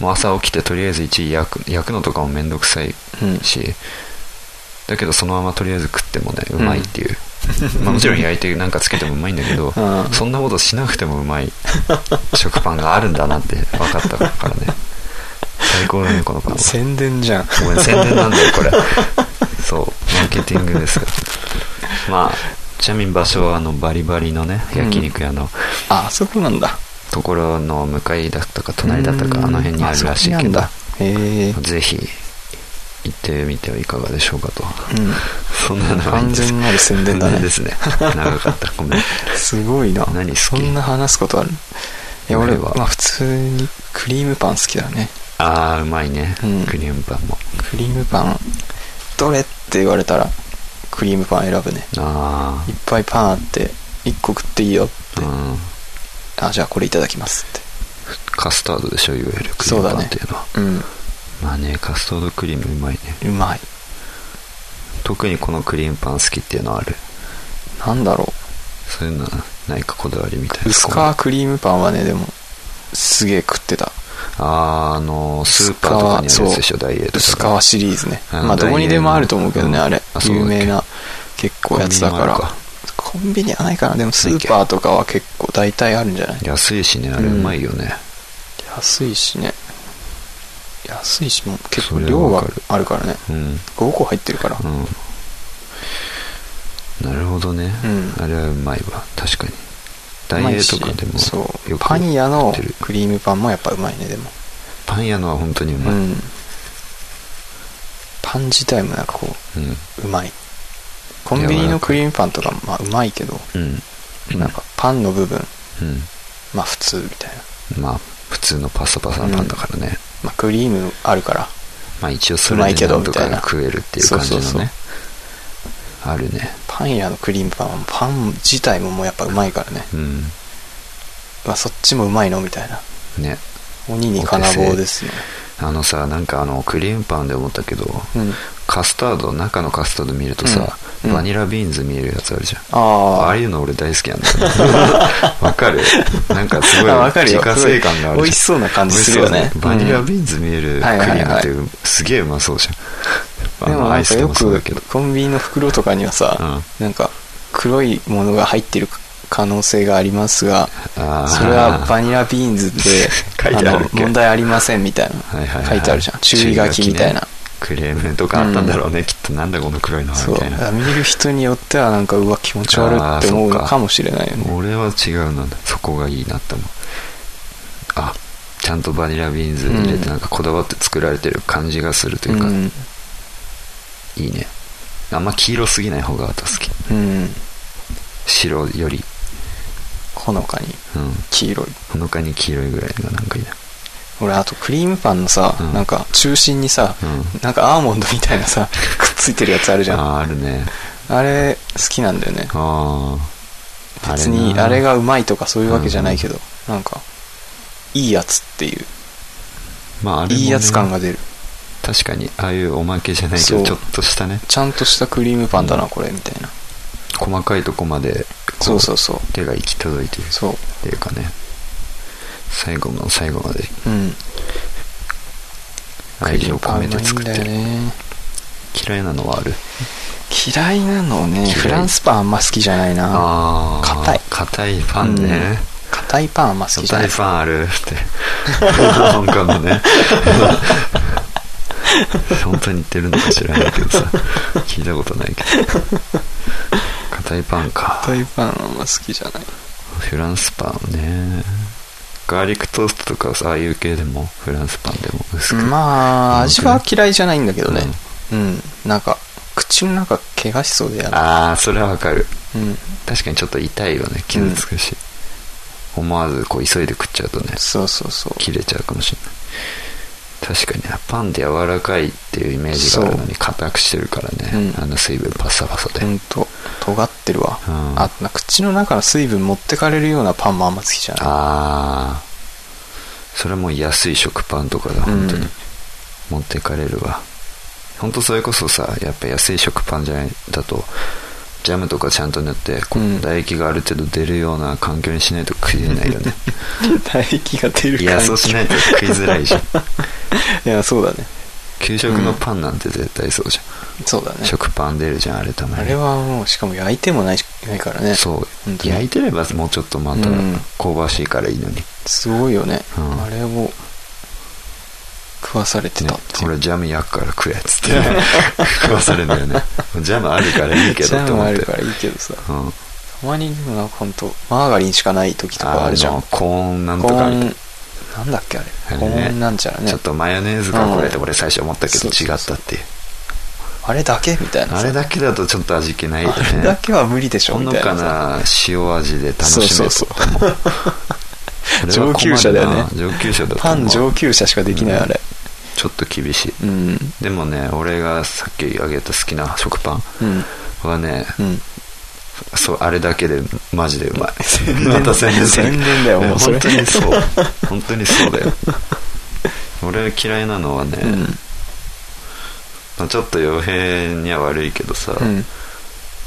[SPEAKER 2] もう朝起きてとりあえず1位焼く焼くのとかもめんどくさい
[SPEAKER 3] うん
[SPEAKER 2] し、だけどそのままとりあえず食ってもねうまいっていう、まあ、もちろん焼いてなんかつけてもうまいんだけど、
[SPEAKER 3] うん
[SPEAKER 2] そんなことしなくてもうまい食パンがあるんだなって分かったから ね最高だねこのパンは
[SPEAKER 3] 宣伝じゃん
[SPEAKER 2] ごめん宣伝なんだよこれそうマーケティングですよまあちなみに場所はあのバリバリのね
[SPEAKER 3] うん
[SPEAKER 2] 焼肉屋の
[SPEAKER 3] ああそこなんだ
[SPEAKER 2] ところの向かいだったか隣だったかあの辺にあるらしいけど
[SPEAKER 3] あそこなんだへえ
[SPEAKER 2] ぜひ行ってみてはいかがでしょうかと
[SPEAKER 3] うん
[SPEAKER 2] そんなのはいいん
[SPEAKER 3] 完
[SPEAKER 2] です
[SPEAKER 3] 全なる宣伝だ
[SPEAKER 2] 全然
[SPEAKER 3] ね
[SPEAKER 2] ですね長かったごめん
[SPEAKER 3] すごいな
[SPEAKER 2] 何好き
[SPEAKER 3] そんな話すことあるいや俺
[SPEAKER 2] 俺は
[SPEAKER 3] は、まあ、普通にクリームパン好きだね
[SPEAKER 2] ああうまいね、
[SPEAKER 3] うん
[SPEAKER 2] クリームパンも
[SPEAKER 3] クリームパンどれって言われたらクリームパン選ぶね
[SPEAKER 2] あ
[SPEAKER 3] いっぱいパンあって1個食っていいよっ
[SPEAKER 2] あ
[SPEAKER 3] て
[SPEAKER 2] うん
[SPEAKER 3] あじゃあこれいただきますって
[SPEAKER 2] カスタードでしょいわゆるクリームパンっていうのは
[SPEAKER 3] うん
[SPEAKER 2] まあねカスタードクリームうまいね
[SPEAKER 3] うまい
[SPEAKER 2] 特にこのクリームパン好きっていうのある
[SPEAKER 3] なんだろ
[SPEAKER 2] そういうのはないかこだわりみたいうな
[SPEAKER 3] 薄皮クリームパンはねでもすげえ食ってた
[SPEAKER 2] あーあのスーパーとかにあるやつでしょダイエート
[SPEAKER 3] 薄
[SPEAKER 2] とか
[SPEAKER 3] 皮シリーズね
[SPEAKER 2] あの
[SPEAKER 3] まあどこにでもあると思うけどね
[SPEAKER 2] ダイエー
[SPEAKER 3] あ
[SPEAKER 2] トの
[SPEAKER 3] れ
[SPEAKER 2] あそうだ
[SPEAKER 3] 有
[SPEAKER 2] っけ
[SPEAKER 3] 名な結構やつだからコンビニはないかなでもスーパーとかは結構大体あるんじゃない
[SPEAKER 2] 安いしねあれうまいよね、
[SPEAKER 3] 安いしね安いしもう結
[SPEAKER 2] そ
[SPEAKER 3] 構
[SPEAKER 2] れ
[SPEAKER 3] 量
[SPEAKER 2] はわ
[SPEAKER 3] が
[SPEAKER 2] かる
[SPEAKER 3] あるからね
[SPEAKER 2] うん
[SPEAKER 3] 5個入ってるから
[SPEAKER 2] うんなるほどね、
[SPEAKER 3] うん
[SPEAKER 2] あれはうまいわ確かにダイエートとかで
[SPEAKER 3] うまいし
[SPEAKER 2] も
[SPEAKER 3] そう
[SPEAKER 2] よく
[SPEAKER 3] パン屋の
[SPEAKER 2] 売ってる
[SPEAKER 3] クリームパンもやっぱうまいねでも
[SPEAKER 2] パン屋のは本当にう
[SPEAKER 3] う
[SPEAKER 2] まい、うん
[SPEAKER 3] んパン自体もなんかこううまいコンビニのクリームパンとかもまあうまいけど
[SPEAKER 2] うんうん
[SPEAKER 3] なんかパンの部分
[SPEAKER 2] うん
[SPEAKER 3] まあ普通みたいな
[SPEAKER 2] まあ普通のパサパサなパンだからね、
[SPEAKER 3] まあ、クリームあるから
[SPEAKER 2] まあ一応そう
[SPEAKER 3] ま
[SPEAKER 2] れ
[SPEAKER 3] いけ
[SPEAKER 2] で
[SPEAKER 3] ど
[SPEAKER 2] なんとかが食えるっていう感じのね
[SPEAKER 3] みたいな
[SPEAKER 2] あるね
[SPEAKER 3] パン屋のクリームパンはパン自体ももうやっぱうまいからね、
[SPEAKER 2] うん
[SPEAKER 3] うわそっちもうまいのみたいな
[SPEAKER 2] ね
[SPEAKER 3] 鬼に金棒ですね
[SPEAKER 2] あのさなんかあのクリームパンで思ったけど
[SPEAKER 3] うん
[SPEAKER 2] カスタード中のカスタード見るとさ、
[SPEAKER 3] うんうん
[SPEAKER 2] バニラビーンズ見えるやつあるじゃんあ
[SPEAKER 3] あ
[SPEAKER 2] あいうの俺大好きなんだ よねわかるなんかすごい
[SPEAKER 3] あわかる
[SPEAKER 2] 自
[SPEAKER 3] よ
[SPEAKER 2] 家製感があるじゃん
[SPEAKER 3] 美味しそうな感じするよね
[SPEAKER 2] 美味しそうだバニラビーンズ見えるクリ
[SPEAKER 3] はいはい
[SPEAKER 2] ーム
[SPEAKER 3] は
[SPEAKER 2] っ
[SPEAKER 3] い
[SPEAKER 2] てうすげえうまそうじゃ
[SPEAKER 3] あ
[SPEAKER 2] ん
[SPEAKER 3] で
[SPEAKER 2] あ
[SPEAKER 3] も
[SPEAKER 2] の
[SPEAKER 3] な
[SPEAKER 2] ア
[SPEAKER 3] ん
[SPEAKER 2] イ
[SPEAKER 3] か
[SPEAKER 2] スで
[SPEAKER 3] よ
[SPEAKER 2] もそうだけど
[SPEAKER 3] くコンビニの袋とかにはさ、なんか黒いものが入ってる可能性がありますが
[SPEAKER 2] あー
[SPEAKER 3] それはバニラビーンズ
[SPEAKER 2] 書い
[SPEAKER 3] で
[SPEAKER 2] てあるっ
[SPEAKER 3] の
[SPEAKER 2] け
[SPEAKER 3] 問題ありませんみたいな、
[SPEAKER 2] はいはいはい
[SPEAKER 3] 書いてあるじゃん注意書きみたいな、
[SPEAKER 2] 注意書きねクレームとかあったんだろうね、きっとなんだこの黒いのは
[SPEAKER 3] そう
[SPEAKER 2] み
[SPEAKER 3] だ
[SPEAKER 2] た
[SPEAKER 3] か
[SPEAKER 2] いな
[SPEAKER 3] ら見る人によってはなんかうわ気持ち悪いって思うのかもしれないよね
[SPEAKER 2] 俺は違うなそこがいいなって思うあちゃんとバニラビーンズ入れ
[SPEAKER 3] う
[SPEAKER 2] て
[SPEAKER 3] ん
[SPEAKER 2] なんかこだわって作られてる感じがするというか、
[SPEAKER 3] ん
[SPEAKER 2] いいねあんま黄色すぎない方が私好き
[SPEAKER 3] うん
[SPEAKER 2] 白より
[SPEAKER 3] ほのかに
[SPEAKER 2] うん
[SPEAKER 3] 黄色い
[SPEAKER 2] ほのかに黄色いぐらいがなんかいいな
[SPEAKER 3] 俺あとクリームパンのさ、
[SPEAKER 2] うん
[SPEAKER 3] なんか中心にさ、
[SPEAKER 2] う
[SPEAKER 3] なんかアーモンドみたい なさくっついてるやつあるじゃんあ
[SPEAKER 2] あーあるね
[SPEAKER 3] れ好きなんだよね
[SPEAKER 2] ああ
[SPEAKER 3] 別にあれ
[SPEAKER 2] が
[SPEAKER 3] がうまいとかそういうわけじゃないけど、なんかいいやつっていう、
[SPEAKER 2] まああれもね
[SPEAKER 3] いいやつ感が出る
[SPEAKER 2] 確かにああいうおまけじゃないけ
[SPEAKER 3] そ
[SPEAKER 2] ど
[SPEAKER 3] う
[SPEAKER 2] ちょっとしたね
[SPEAKER 3] ちゃんとしたクリームパンだなこれみたいな、
[SPEAKER 2] 細かいとこまで
[SPEAKER 3] そうそううそう
[SPEAKER 2] 手が行き届いてる
[SPEAKER 3] そ
[SPEAKER 2] っていうかね最後の最後まで
[SPEAKER 3] ううんク
[SPEAKER 2] 愛
[SPEAKER 3] リー
[SPEAKER 2] 情
[SPEAKER 3] ムパ
[SPEAKER 2] 込
[SPEAKER 3] ン
[SPEAKER 2] め
[SPEAKER 3] う
[SPEAKER 2] て
[SPEAKER 3] まいん
[SPEAKER 2] 作っ
[SPEAKER 3] だ
[SPEAKER 2] て
[SPEAKER 3] よ
[SPEAKER 2] る、
[SPEAKER 3] ね
[SPEAKER 2] 嫌いなのはある
[SPEAKER 3] 嫌いなの
[SPEAKER 2] 嫌
[SPEAKER 3] ね
[SPEAKER 2] い
[SPEAKER 3] フランスパンあんま好きじゃないな
[SPEAKER 2] ああ
[SPEAKER 3] 硬い
[SPEAKER 2] 硬いパンね、
[SPEAKER 3] 硬いパンあんま好きじ
[SPEAKER 2] 硬
[SPEAKER 3] ゃないい
[SPEAKER 2] パンあるって 本館の ね本当に言ってるのか知らないけどさ聞いたことないけど硬いパンか
[SPEAKER 3] 硬いパンあんま好きじゃない
[SPEAKER 2] フランスパンねガーリックトーストとかさああいう系でもフランスパンでも薄く
[SPEAKER 3] まあ
[SPEAKER 2] うん
[SPEAKER 3] 味は嫌いじゃないんだけどねうん、なんか口の中怪我しそうでやな
[SPEAKER 2] ああそれはわかる
[SPEAKER 3] うん
[SPEAKER 2] 確かにちょっと痛いよね傷つくし、思わずこう急いで食っちゃうとね
[SPEAKER 3] そうそうそう
[SPEAKER 2] 切れちゃうかもしれない確かにねパンって柔らかいっていうイメージがあるのに硬くしてるからね、
[SPEAKER 3] うん
[SPEAKER 2] あの水分パサパサで、
[SPEAKER 3] ほんと尖ってるわ、
[SPEAKER 2] うん
[SPEAKER 3] あな口の中の水分持ってかれるようなパンもあんま好きじゃな
[SPEAKER 2] ああそれも安い食パンとかだ
[SPEAKER 3] い
[SPEAKER 2] 本当に、
[SPEAKER 3] うん
[SPEAKER 2] 持ってかれるわ本当それこそさやっぱ安い食パンじゃないだとジャムとかちゃんと塗って、こう
[SPEAKER 3] うん
[SPEAKER 2] 唾液がある程度出るような環境にしないと食いれ ないよね
[SPEAKER 3] 唾液が出る
[SPEAKER 2] いやそうしないと食いづらい じゃん
[SPEAKER 3] いやそうだね
[SPEAKER 2] 給食のパンなんて絶対そうじ
[SPEAKER 3] そうだ
[SPEAKER 2] ゃん、
[SPEAKER 3] ね
[SPEAKER 2] 食パン出るじゃんあれたま
[SPEAKER 3] あ
[SPEAKER 2] に
[SPEAKER 3] れはもうしかも焼いてもないしないからね
[SPEAKER 2] そう
[SPEAKER 3] 本当に
[SPEAKER 2] 焼いてればもうちょっとまた
[SPEAKER 3] うん
[SPEAKER 2] 香ばしいからいいのに、
[SPEAKER 3] すごいよね、
[SPEAKER 2] うん
[SPEAKER 3] あれを食わされて
[SPEAKER 2] ね
[SPEAKER 3] たっていう、
[SPEAKER 2] 俺ジャム焼くから食えっつって、ね、 食わされるんだよねジャムあるからいいけ
[SPEAKER 3] ジ
[SPEAKER 2] どって
[SPEAKER 3] ャム
[SPEAKER 2] 思
[SPEAKER 3] あ
[SPEAKER 2] っ
[SPEAKER 3] る
[SPEAKER 2] て
[SPEAKER 3] からいいけどさ
[SPEAKER 2] うん、
[SPEAKER 3] たまにでもなんかほんとマーガリンしかない時とか
[SPEAKER 2] あ
[SPEAKER 3] あるじゃん
[SPEAKER 2] のコーンなんと
[SPEAKER 3] コ
[SPEAKER 2] か
[SPEAKER 3] ー
[SPEAKER 2] みたい
[SPEAKER 3] ンなんだっけあれ
[SPEAKER 2] あ
[SPEAKER 3] コ
[SPEAKER 2] れね
[SPEAKER 3] ーンなんちゃら
[SPEAKER 2] な
[SPEAKER 3] ね
[SPEAKER 2] ちょっとマヨネーズかこれって
[SPEAKER 3] うん
[SPEAKER 2] 俺最初思ったけど
[SPEAKER 3] そう
[SPEAKER 2] 違
[SPEAKER 3] そう
[SPEAKER 2] った
[SPEAKER 3] そう
[SPEAKER 2] っていう
[SPEAKER 3] あれだけみたいなさ
[SPEAKER 2] あれだけだとちょっと味気ないよね
[SPEAKER 3] あれだけは無理でしょ
[SPEAKER 2] ほ
[SPEAKER 3] み
[SPEAKER 2] の
[SPEAKER 3] たい
[SPEAKER 2] か
[SPEAKER 3] なさ
[SPEAKER 2] な塩味で楽しめ
[SPEAKER 3] そう
[SPEAKER 2] る
[SPEAKER 3] そうそう
[SPEAKER 2] それは困るな
[SPEAKER 3] 上級者だよね
[SPEAKER 2] 上級者だと思う
[SPEAKER 3] パン上級者しかできないあれ
[SPEAKER 2] ちょっと厳しい
[SPEAKER 3] うん
[SPEAKER 2] でもね俺がさっきあげた好きな食パン
[SPEAKER 3] うん
[SPEAKER 2] はね、
[SPEAKER 3] うん
[SPEAKER 2] そうあれだけでマジで うまい
[SPEAKER 3] 伝
[SPEAKER 2] また宣伝する
[SPEAKER 3] 宣伝だよもうそれ
[SPEAKER 2] 本当に そう本当にそうだよ俺嫌いなのはね、
[SPEAKER 3] うん
[SPEAKER 2] まあちょっと傭兵には悪いけどさ、
[SPEAKER 3] うん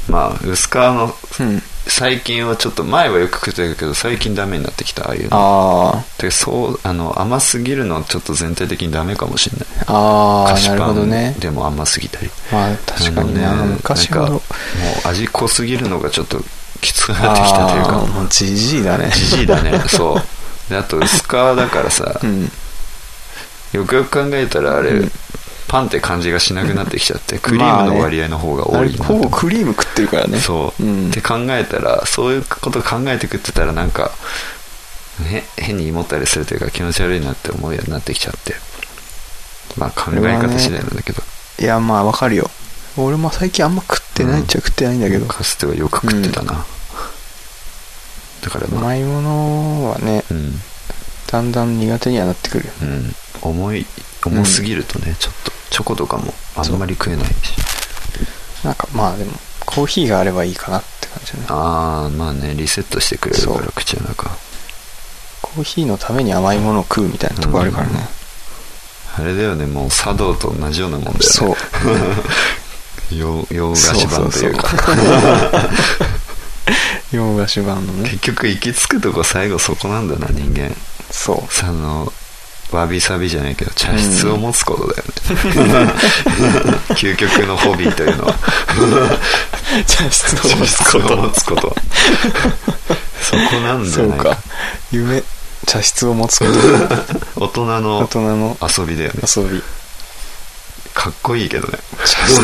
[SPEAKER 2] まあ薄皮の
[SPEAKER 3] うん
[SPEAKER 2] 最近はちょっと前はよく食ってたけど最近ダメになってきたああいうの
[SPEAKER 3] あ
[SPEAKER 2] でそうあの甘すぎるのはちょっと全体的にダメかもしれない
[SPEAKER 3] ーあ
[SPEAKER 2] 菓
[SPEAKER 3] ー
[SPEAKER 2] 子
[SPEAKER 3] なる
[SPEAKER 2] パ
[SPEAKER 3] ほどね
[SPEAKER 2] ンでも甘すぎたり
[SPEAKER 3] まあ確かにね
[SPEAKER 2] あの
[SPEAKER 3] 昔
[SPEAKER 2] な
[SPEAKER 3] ほ
[SPEAKER 2] んかも
[SPEAKER 3] ど
[SPEAKER 2] う味濃すぎるのがちょっときつくなってきたという
[SPEAKER 3] あー
[SPEAKER 2] か
[SPEAKER 3] もうじじいだね
[SPEAKER 2] じじいだね そうであと薄皮だからさ、
[SPEAKER 3] うん
[SPEAKER 2] よくよく考えたらあれ、パンって感じがしなくなってきちゃってクリームの割合の方が
[SPEAKER 3] あ
[SPEAKER 2] 多
[SPEAKER 3] れ
[SPEAKER 2] いな
[SPEAKER 3] ほぼクリーム食ってるからね
[SPEAKER 2] そう、
[SPEAKER 3] ん
[SPEAKER 2] って考えたらそういうこと考えて食ってたらなんかへ変に芋ったりするというか気持ち悪いなって思うようになってきちゃってまあ考え方次第なんだけど、
[SPEAKER 3] いやまあわかるよ俺も最近あんま食ってないっちゃ食ってないんだけど、
[SPEAKER 2] かつてはよく食ってたな、だから
[SPEAKER 3] う
[SPEAKER 2] まあ
[SPEAKER 3] まいものはね
[SPEAKER 2] うん
[SPEAKER 3] だんだん苦手にはなってくるよ
[SPEAKER 2] うん重い重すぎるとね、ちょっとチョコとかもあんまり食えないし
[SPEAKER 3] なんかまあでもコーヒーがあればいいかなって感じだね
[SPEAKER 2] ああまあねリセットしてくれるか
[SPEAKER 3] そ
[SPEAKER 2] ら口の中
[SPEAKER 3] コーヒーのために甘いものを食うみたいなとこあるからね、
[SPEAKER 2] あれだよねもう茶道と同じようなもんだよね
[SPEAKER 3] そう
[SPEAKER 2] 洋洋菓子版というか
[SPEAKER 3] そうそうそう 洋菓子版のね
[SPEAKER 2] 結局行き着くとこ最後そこなんだな人間
[SPEAKER 3] そう
[SPEAKER 2] そのわびさびじゃないけど茶室を持つことだよね、 究極のホビーというのは
[SPEAKER 3] 茶室
[SPEAKER 2] 茶
[SPEAKER 3] の
[SPEAKER 2] 室を持つことそこなんじ
[SPEAKER 3] そ
[SPEAKER 2] ゃ
[SPEAKER 3] う
[SPEAKER 2] ない
[SPEAKER 3] か
[SPEAKER 2] か
[SPEAKER 3] 夢茶室を持つこ
[SPEAKER 2] 大人
[SPEAKER 3] と大
[SPEAKER 2] の
[SPEAKER 3] 人の
[SPEAKER 2] 遊びだよね
[SPEAKER 3] 遊び
[SPEAKER 2] かっこいいけどね
[SPEAKER 3] 茶室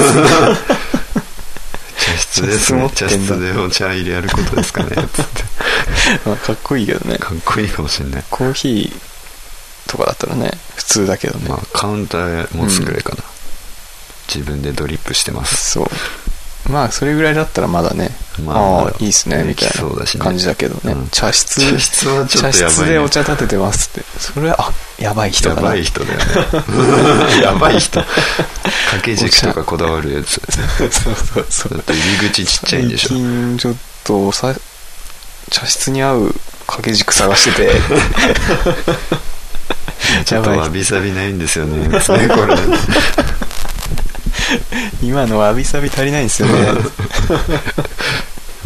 [SPEAKER 2] 茶室ですね
[SPEAKER 3] 茶
[SPEAKER 2] 茶
[SPEAKER 3] 室
[SPEAKER 2] 室
[SPEAKER 3] 持ってんだ
[SPEAKER 2] でお茶入れやることですかねつって
[SPEAKER 3] まあかっこいいけどね
[SPEAKER 2] かっこいいかもしれない
[SPEAKER 3] コーヒーとかだったらね普通だけどね、
[SPEAKER 2] まあカウンター持つぐらいかな、自分でドリップしてます
[SPEAKER 3] そうまあそれぐらいだったらまだね、
[SPEAKER 2] まあ
[SPEAKER 3] ああ
[SPEAKER 2] まだ
[SPEAKER 3] いいっすねみたい
[SPEAKER 2] できそうだし
[SPEAKER 3] な
[SPEAKER 2] ね
[SPEAKER 3] 感じだけどね、
[SPEAKER 2] うん
[SPEAKER 3] 茶室
[SPEAKER 2] 茶室は ちょ
[SPEAKER 3] 茶
[SPEAKER 2] っとやばい、ね、
[SPEAKER 3] 室でお茶立ててますってそれはあやばい人
[SPEAKER 2] や
[SPEAKER 3] だな
[SPEAKER 2] ばい人だよね やばい 人掛け軸とかこだわるやつだ
[SPEAKER 3] そうそうそう
[SPEAKER 2] って入り口ちっちゃいんでし
[SPEAKER 3] 最
[SPEAKER 2] ょ
[SPEAKER 3] 近ちょっとさ茶室に合う掛け軸探してて
[SPEAKER 2] ちょっと
[SPEAKER 3] やば
[SPEAKER 2] わ
[SPEAKER 3] い
[SPEAKER 2] びさびないんですよ ねねこれ
[SPEAKER 3] 今のわびさび足りないんです よね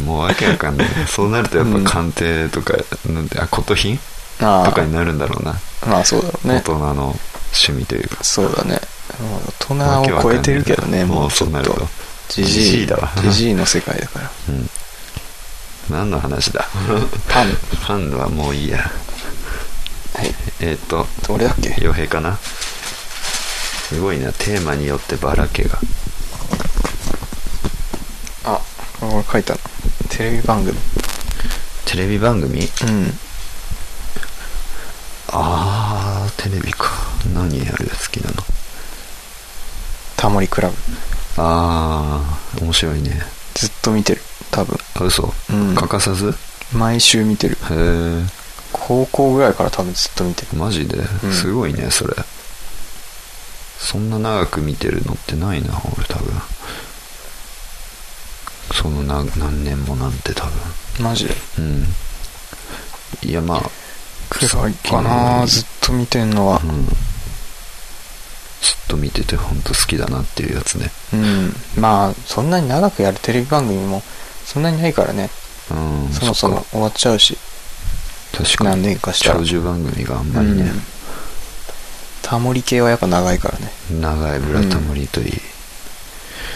[SPEAKER 2] もうわけわかんないそうなるとやっぱ鑑定とか、なんてあ骨品
[SPEAKER 3] あ
[SPEAKER 2] とかに
[SPEAKER 3] あ
[SPEAKER 2] なるんだろうな、
[SPEAKER 3] まあそうだろう
[SPEAKER 2] 大
[SPEAKER 3] ね
[SPEAKER 2] 人の趣味というか
[SPEAKER 3] そうだねもう大人を超えてるけどね
[SPEAKER 2] も
[SPEAKER 3] も
[SPEAKER 2] う
[SPEAKER 3] うち
[SPEAKER 2] そ
[SPEAKER 3] ょ
[SPEAKER 2] うな
[SPEAKER 3] っ
[SPEAKER 2] ると
[SPEAKER 3] とじじ
[SPEAKER 2] ジジイ
[SPEAKER 3] い
[SPEAKER 2] だわ
[SPEAKER 3] じじいの世界だから
[SPEAKER 2] 何の話だ
[SPEAKER 3] パン
[SPEAKER 2] パンはもういいや
[SPEAKER 3] はい
[SPEAKER 2] えーっと
[SPEAKER 3] どれだっけ
[SPEAKER 2] 傭兵かなすごいなテーマによってばらけが
[SPEAKER 3] あ俺書いたのテレビ番組
[SPEAKER 2] テレビ番組
[SPEAKER 3] うん
[SPEAKER 2] ああテレビか何やる好きなの
[SPEAKER 3] タモリクラブ
[SPEAKER 2] ああ面白いね
[SPEAKER 3] ずっと見てる多分
[SPEAKER 2] あ嘘、
[SPEAKER 3] うん
[SPEAKER 2] 欠かさずへ
[SPEAKER 3] 毎週見てる
[SPEAKER 2] え
[SPEAKER 3] 高校ぐらいから多分ずっと見てる
[SPEAKER 2] マジで
[SPEAKER 3] うん
[SPEAKER 2] すごいね、それそんな長く見てるのってないな俺多分そのな何年もなんて多分
[SPEAKER 3] マジで
[SPEAKER 2] うんいやまあ
[SPEAKER 3] くらいかなずっと見てんのは
[SPEAKER 2] うんずっと見ててほんと好きだなっていうやつね
[SPEAKER 3] うんまあそんなに長くやるテレビ番組もそんなにないからね
[SPEAKER 2] うん
[SPEAKER 3] そもそも
[SPEAKER 2] っか
[SPEAKER 3] 終わっちゃうし
[SPEAKER 2] 確か
[SPEAKER 3] 何
[SPEAKER 2] に
[SPEAKER 3] 年かしたら
[SPEAKER 2] 長寿番組があんまりね、
[SPEAKER 3] うんタモリ系はやっぱ長いからね
[SPEAKER 2] 長いブラタモリとい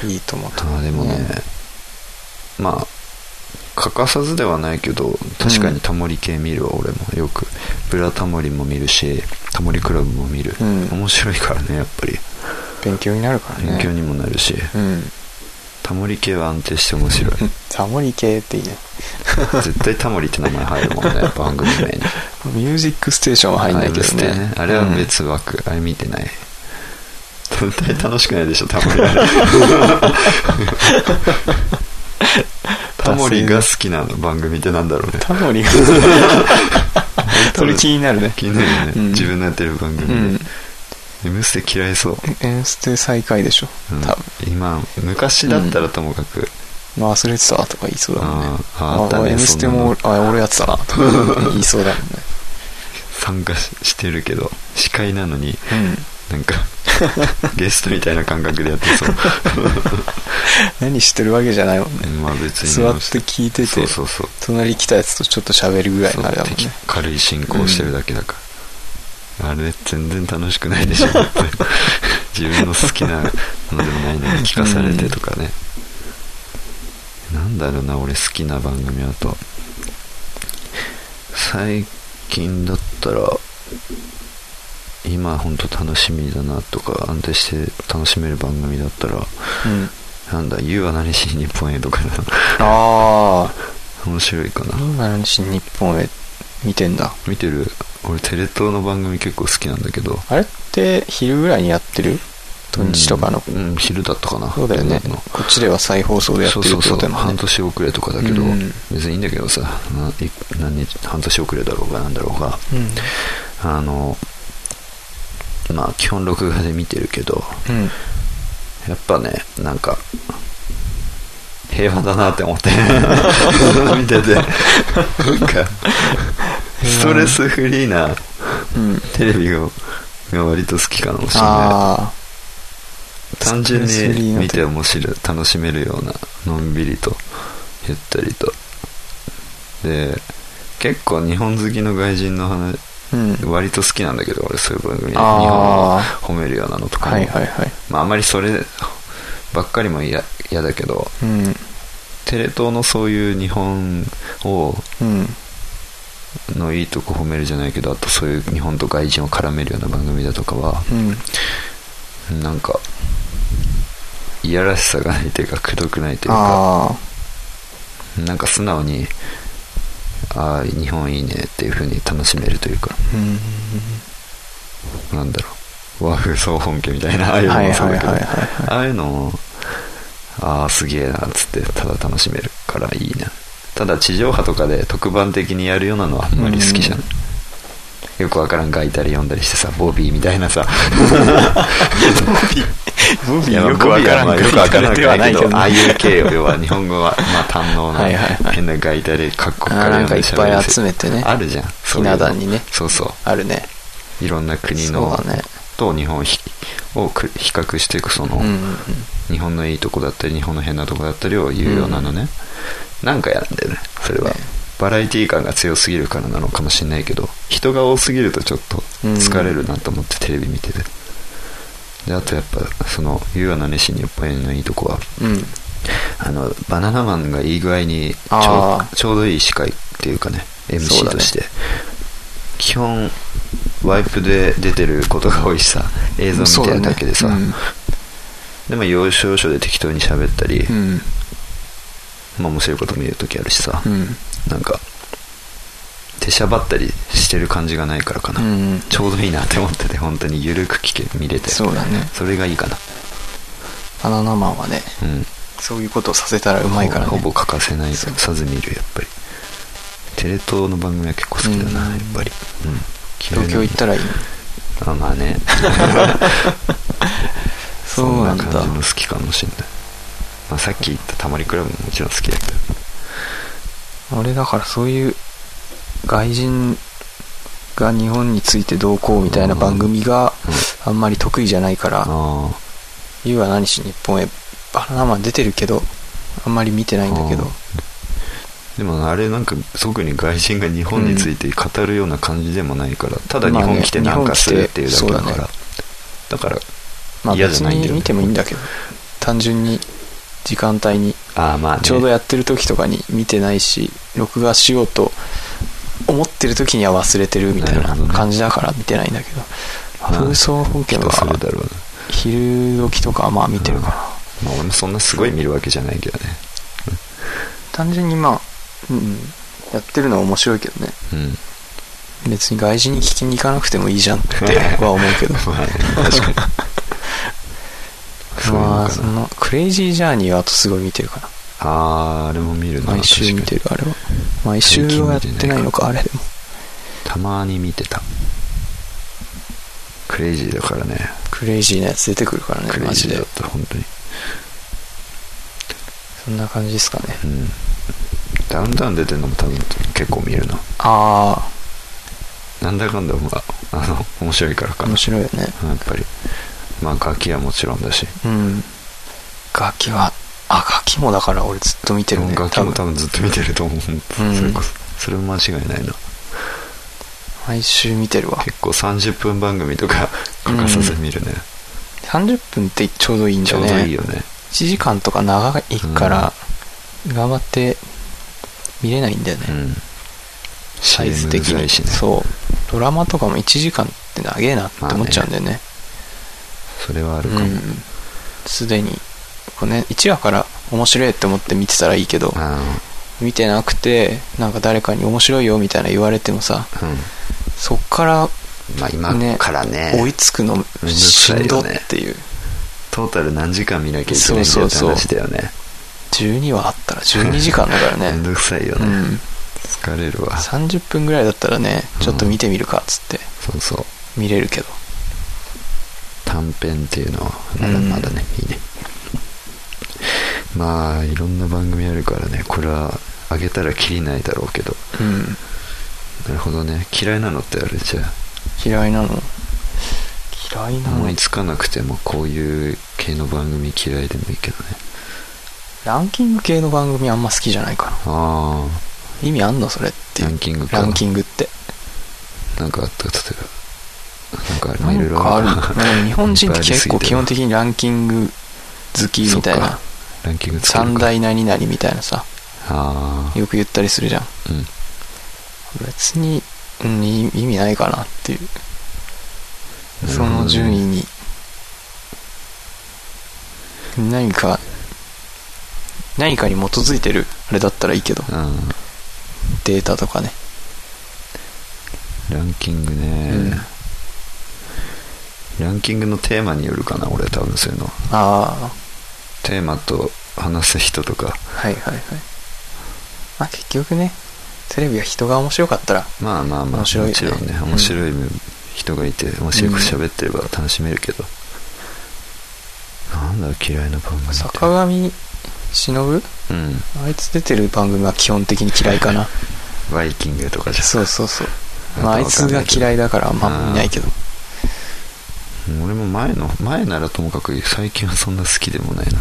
[SPEAKER 2] い、
[SPEAKER 3] いいと思う
[SPEAKER 2] あーでもね、まあ欠かさずではないけど確かにタモリ系見るわ、俺もよくブラタモリも見るしタモリクラブも見る、
[SPEAKER 3] うん
[SPEAKER 2] 面白いからねやっぱり
[SPEAKER 3] 勉強になるからね
[SPEAKER 2] 勉強にもなるし、
[SPEAKER 3] うん
[SPEAKER 2] タモリ系は安定して面白い
[SPEAKER 3] タモリ系っていいね
[SPEAKER 2] 絶対タモリって名前入るもんね番組名に
[SPEAKER 3] ミュージックステーションは入んない
[SPEAKER 2] あれ
[SPEAKER 3] けど
[SPEAKER 2] 別で
[SPEAKER 3] ね
[SPEAKER 2] ねあれは
[SPEAKER 3] うん
[SPEAKER 2] 別枠、あれ見てない絶対楽しくないでしょタ モリあれタモリが好きな番組ってなんだろうね
[SPEAKER 3] タ モリがそれ気になるね
[SPEAKER 2] 気になるよね、
[SPEAKER 3] うん
[SPEAKER 2] 自分のやってる番組
[SPEAKER 3] う
[SPEAKER 2] で
[SPEAKER 3] ん
[SPEAKER 2] 「M ステ」嫌いそう、
[SPEAKER 3] 「エンステ」最下位でしょ
[SPEAKER 2] うん
[SPEAKER 3] 多分
[SPEAKER 2] 今昔だったらともかく、
[SPEAKER 3] 「忘れてた」とか言いそうだもんね
[SPEAKER 2] あーあったね
[SPEAKER 3] エンステ」も「あ俺やってたな」とか言いそうだもんね
[SPEAKER 2] 参加ししてるけど司会なのに
[SPEAKER 3] うん
[SPEAKER 2] なん かゲストみたいな感覚でやってそう
[SPEAKER 3] 何してるわけじゃないもんね
[SPEAKER 2] まあ別に
[SPEAKER 3] 座って聞いて
[SPEAKER 2] そ
[SPEAKER 3] て
[SPEAKER 2] うそうそう
[SPEAKER 3] 隣来たやつとちょっと喋るぐらい
[SPEAKER 2] そう
[SPEAKER 3] のあれだもんね
[SPEAKER 2] 軽い進行してるだけだから、あれ全然楽しくない でしょ自分の好きなのでもないのに聞かされてとかね、なんだろうな俺好きな番組あと最近だったら今ほんと楽しみだなとか安定して楽しめる番組だったら
[SPEAKER 3] うん
[SPEAKER 2] なんだ「You は何しに日本へ」とかな
[SPEAKER 3] ああ
[SPEAKER 2] 面白いかな
[SPEAKER 3] 今の新日本へ見てんだ
[SPEAKER 2] 見てる俺テレ東の番組結構好きなんだけど
[SPEAKER 3] あれって昼ぐらいにやってる土日とかの
[SPEAKER 2] うん、うん昼だったかな
[SPEAKER 3] そうだよね
[SPEAKER 2] 昼の
[SPEAKER 3] こっちでは再放送でやって
[SPEAKER 2] そう
[SPEAKER 3] るって
[SPEAKER 2] そうそ
[SPEAKER 3] こ
[SPEAKER 2] う
[SPEAKER 3] とだもん
[SPEAKER 2] 半
[SPEAKER 3] ね
[SPEAKER 2] 年遅れとかだけど、
[SPEAKER 3] うん
[SPEAKER 2] 別にいいんだけどさない何日半年遅れだろうがなんだろうが
[SPEAKER 3] うん
[SPEAKER 2] あのまあ基本録画で見てるけど
[SPEAKER 3] うん
[SPEAKER 2] やっぱねなんか平和だなって思って 見ててなんかストレスフリーな
[SPEAKER 3] うん
[SPEAKER 2] テレビがが割と好きかもしれない
[SPEAKER 3] あ
[SPEAKER 2] 単純
[SPEAKER 3] ストレスフリー
[SPEAKER 2] に
[SPEAKER 3] な
[SPEAKER 2] 見て面白い楽しめるようなのんびりとゆったりとで結構日本好きの外人の話
[SPEAKER 3] あうん
[SPEAKER 2] 割と好きなんだけど俺そういう番組日本を
[SPEAKER 3] あ
[SPEAKER 2] 褒めるようなのと
[SPEAKER 3] あ
[SPEAKER 2] かも、
[SPEAKER 3] はいはいはい
[SPEAKER 2] まあ、あまりそればっかりも嫌嫌だけど
[SPEAKER 3] うん
[SPEAKER 2] テレ東のそういう日本を
[SPEAKER 3] うん
[SPEAKER 2] のいいとこ褒めるじゃないけどあとそういう日本と外人を絡めるような番組だとかは
[SPEAKER 3] うん
[SPEAKER 2] なんかいやらしさがないというかくどくないというか
[SPEAKER 3] ああ
[SPEAKER 2] なんか素直にああ日本いいねっていう風に楽しめるというか
[SPEAKER 3] うん
[SPEAKER 2] なんだろう和風総本家みたいなああいうの
[SPEAKER 3] はい
[SPEAKER 2] も
[SPEAKER 3] は
[SPEAKER 2] そう
[SPEAKER 3] い
[SPEAKER 2] だ
[SPEAKER 3] はい
[SPEAKER 2] けど
[SPEAKER 3] はい
[SPEAKER 2] ああいうのもああすげえなっつってただ楽しめるからいいなただ地上波とかで特番的にやるようなのはあんまり好きじゃないよくわからんがいたり読んだりしてさボビーみたいなさ
[SPEAKER 3] ボビ
[SPEAKER 2] いや
[SPEAKER 3] ー
[SPEAKER 2] まあ
[SPEAKER 3] よくわからん
[SPEAKER 2] ボビーはまあよくわからん
[SPEAKER 3] ではないけど
[SPEAKER 2] ああ
[SPEAKER 3] ね
[SPEAKER 2] いう系を要は日本語はまあ堪能な
[SPEAKER 3] はいはいはい
[SPEAKER 2] 変ながいたり各国から
[SPEAKER 3] なん
[SPEAKER 2] 読んだ
[SPEAKER 3] かい
[SPEAKER 2] り
[SPEAKER 3] っ
[SPEAKER 2] し
[SPEAKER 3] ぱい集めてね
[SPEAKER 2] あるじゃん
[SPEAKER 3] ひ
[SPEAKER 2] ういうの
[SPEAKER 3] な壇にね
[SPEAKER 2] そうそう
[SPEAKER 3] あるね
[SPEAKER 2] いろんな国
[SPEAKER 3] そう
[SPEAKER 2] の
[SPEAKER 3] だね
[SPEAKER 2] と日本をひをく比較していくその、
[SPEAKER 3] うんうんうん
[SPEAKER 2] 日本のいいとこだったり日本の変なとこだったりを言うようなのね、なんかやるんだよねそれは、
[SPEAKER 3] ね
[SPEAKER 2] バラエティー感が強すぎるからなのかもしれないけど人が多すぎるとちょっと疲れるなと思ってテレビ見てて、であとやっぱその優雅な熱心に日本へのいいとこは
[SPEAKER 3] うん
[SPEAKER 2] あのバナナマンがいい具合にちょ
[SPEAKER 3] あ
[SPEAKER 2] うちょうどいい司会っていうかね
[SPEAKER 3] そう
[SPEAKER 2] MC
[SPEAKER 3] だね
[SPEAKER 2] として、基本ワイプで出てることが多いしさ映像見てるだけでさ、
[SPEAKER 3] そうだね
[SPEAKER 2] でも要所要所で適当に喋ったり、
[SPEAKER 3] うん
[SPEAKER 2] まあ、面白いことも言う時あるしさ、
[SPEAKER 3] うん
[SPEAKER 2] なんか手しゃばったりしてる感じがないからかな、
[SPEAKER 3] うん
[SPEAKER 2] ちょうどいいなって思ってて本当にゆるく聞け見れて
[SPEAKER 3] そうだね
[SPEAKER 2] それがいいかな
[SPEAKER 3] バナナマンはね
[SPEAKER 2] うん
[SPEAKER 3] そういうことをさせたらうまいからね
[SPEAKER 2] ほぼ欠かせない
[SPEAKER 3] そう
[SPEAKER 2] さず見るやっぱりテレ東の番組は結構好きだな、
[SPEAKER 3] うん
[SPEAKER 2] やっぱり、うん、
[SPEAKER 3] 東京行ったらいい
[SPEAKER 2] たあまあね
[SPEAKER 3] そうなんだ
[SPEAKER 2] そ感じも好きかもしれない、まあ、さっき言ったタモリクラブももちろん好きだけど
[SPEAKER 3] 俺だからそういう外人が日本についてどうこうみたいな番組があんまり得意じゃないから、
[SPEAKER 2] ああ
[SPEAKER 3] ゆうは何し日本へバナナマン出てるけどあんまり見てないんだけど
[SPEAKER 2] あでもあれなんか特に外人が日本について語るような感じでもないから、ただ日本来てなんかするっていうだけだか
[SPEAKER 3] まあね日本来てそう
[SPEAKER 2] ら、だ
[SPEAKER 3] だね
[SPEAKER 2] から
[SPEAKER 3] まあ
[SPEAKER 2] 嫌
[SPEAKER 3] 別
[SPEAKER 2] じゃないんだ
[SPEAKER 3] に
[SPEAKER 2] よね
[SPEAKER 3] 見てもいいんだけど単純に時間帯に
[SPEAKER 2] ああまあ、ね、
[SPEAKER 3] ちょうどやってる時とかに見てないし録画しようと思ってる時には忘れてるみたい
[SPEAKER 2] なる
[SPEAKER 3] な
[SPEAKER 2] ほどね
[SPEAKER 3] 感じだから見てないんだけど
[SPEAKER 2] まあ
[SPEAKER 3] 風葬本家
[SPEAKER 2] 人それ
[SPEAKER 3] は
[SPEAKER 2] だろう
[SPEAKER 3] 昼時とかはまあ見てるかな、
[SPEAKER 2] な、まあ、俺もそんなすごい見るわけじゃないけどね
[SPEAKER 3] 単純にまあ、うんうん、やってるのは面白いけどね
[SPEAKER 2] うん
[SPEAKER 3] 別に外人に聞きに行かなくてもいいじゃんっては思うけど
[SPEAKER 2] まあね確 かにそういうの
[SPEAKER 3] まあ
[SPEAKER 2] か
[SPEAKER 3] そ
[SPEAKER 2] な
[SPEAKER 3] のクレイジージャーニーはあとすごい見てるかな
[SPEAKER 2] あーあれも見るな
[SPEAKER 3] 毎週見
[SPEAKER 2] 確か
[SPEAKER 3] て
[SPEAKER 2] に
[SPEAKER 3] るあれは毎週はやってないのかあれでも
[SPEAKER 2] たまに見てたクレイジーだからね
[SPEAKER 3] クレイジーなやつ出てくるからね
[SPEAKER 2] クレ
[SPEAKER 3] マ
[SPEAKER 2] イ
[SPEAKER 3] ジ
[SPEAKER 2] ジー
[SPEAKER 3] で
[SPEAKER 2] だった本当に
[SPEAKER 3] そんな感じですかね
[SPEAKER 2] うんダウンタウン出てるのも多分結構見るな
[SPEAKER 3] あ
[SPEAKER 2] なんだかんだまああの面白いから
[SPEAKER 3] あ
[SPEAKER 2] かな
[SPEAKER 3] 面白いよね
[SPEAKER 2] やっぱりまあガキはもちろんだし、
[SPEAKER 3] うんガキはあガキもだから俺ずっと見て
[SPEAKER 2] で
[SPEAKER 3] る
[SPEAKER 2] も
[SPEAKER 3] ね
[SPEAKER 2] ガキも多分ずっと見てると思う、
[SPEAKER 3] うん
[SPEAKER 2] それこそそれも間違いないな
[SPEAKER 3] 毎週見てるわ
[SPEAKER 2] 結構30分番組とか欠かさず見るね、
[SPEAKER 3] 30分ってちょうどいいん
[SPEAKER 2] ち
[SPEAKER 3] だ
[SPEAKER 2] ょう
[SPEAKER 3] よね
[SPEAKER 2] どいいよね
[SPEAKER 3] 1時間とか長いから、頑張って見れないんだよね、
[SPEAKER 2] うん
[SPEAKER 3] サイズ的
[SPEAKER 2] CM うざ
[SPEAKER 3] に
[SPEAKER 2] いしねそ
[SPEAKER 3] そうドラマとかも1時間って長えなって思っちゃうんだよね,、
[SPEAKER 2] れはあるかも、
[SPEAKER 3] うんすでにこう、ね、1話から面白いって思って見てたらいいけど
[SPEAKER 2] あ
[SPEAKER 3] 見てなくてなんか誰かに面白いよみたいな言われてもさ
[SPEAKER 2] のうん
[SPEAKER 3] そっから
[SPEAKER 2] まあ今
[SPEAKER 3] ね
[SPEAKER 2] からね
[SPEAKER 3] 追いつくの
[SPEAKER 2] く
[SPEAKER 3] し
[SPEAKER 2] さ
[SPEAKER 3] ん
[SPEAKER 2] い
[SPEAKER 3] ど
[SPEAKER 2] よ
[SPEAKER 3] っ
[SPEAKER 2] ね
[SPEAKER 3] ていう
[SPEAKER 2] トータル何時間見なきゃいけないんだ
[SPEAKER 3] そ
[SPEAKER 2] よ
[SPEAKER 3] う
[SPEAKER 2] って
[SPEAKER 3] そうそう
[SPEAKER 2] 話だよね
[SPEAKER 3] 12話あったら12時間だから
[SPEAKER 2] めん
[SPEAKER 3] ね
[SPEAKER 2] どくさいよ
[SPEAKER 3] う
[SPEAKER 2] ね、
[SPEAKER 3] ん
[SPEAKER 2] 疲れるわ
[SPEAKER 3] 30分ぐらいだったらねちょっと見てみるかっつって
[SPEAKER 2] そうそう
[SPEAKER 3] 見れるけど
[SPEAKER 2] 短編っていうのはまだ
[SPEAKER 3] うん
[SPEAKER 2] まだね、いいねまあいろんな番組あるからねこれはあげたらきりないだろうけど
[SPEAKER 3] うん
[SPEAKER 2] なるほどね嫌いなのってあれじゃ
[SPEAKER 3] 嫌いなの嫌い
[SPEAKER 2] あ
[SPEAKER 3] なの
[SPEAKER 2] 思いつかなくてもこういう系の番組嫌いでもいいけどね
[SPEAKER 3] ランキング系の番組あんま好きじゃないかな
[SPEAKER 2] あ
[SPEAKER 3] 意味あんのそれってい
[SPEAKER 2] あ
[SPEAKER 3] う
[SPEAKER 2] ランキングか
[SPEAKER 3] ランキングって
[SPEAKER 2] なんかあった例えばなんかあれまあい
[SPEAKER 3] な
[SPEAKER 2] ろい
[SPEAKER 3] ん
[SPEAKER 2] ろ
[SPEAKER 3] かある
[SPEAKER 2] な
[SPEAKER 3] でも日本人って結構基本的にランキング好きみたい
[SPEAKER 2] そっ
[SPEAKER 3] な
[SPEAKER 2] かランキング作る
[SPEAKER 3] 三
[SPEAKER 2] か
[SPEAKER 3] 大何々みたいなさ
[SPEAKER 2] ああ
[SPEAKER 3] よく言ったりするじゃん
[SPEAKER 2] うん
[SPEAKER 3] 別に、うん、い意味ないかなっていう
[SPEAKER 2] なる
[SPEAKER 3] そ
[SPEAKER 2] ほどね
[SPEAKER 3] の順位に何か何かに基づいてるあれだったらいいけど
[SPEAKER 2] うん
[SPEAKER 3] データとかね
[SPEAKER 2] ランキングね、ランキングのテーマによるかな俺多分そういうの
[SPEAKER 3] あ
[SPEAKER 2] テーマと話す人とか
[SPEAKER 3] あはいはいはいまあ結局ねテレビは人が面白かったら
[SPEAKER 2] まあまあまあ
[SPEAKER 3] 面白
[SPEAKER 2] も
[SPEAKER 3] いよね
[SPEAKER 2] ちろんね
[SPEAKER 3] うん
[SPEAKER 2] 面白い人がいて面白く喋ってれば楽しめるけど、なんだ嫌いな番組って
[SPEAKER 3] 坂上忍
[SPEAKER 2] うん
[SPEAKER 3] あいつ出てる番組は基本的に嫌いかな
[SPEAKER 2] バイキングと かじゃ
[SPEAKER 3] そうそうそうまああいつが
[SPEAKER 2] い
[SPEAKER 3] 嫌いだからあんま見ないけど
[SPEAKER 2] 俺も前の前ならともかく最近はそんな好きでもないな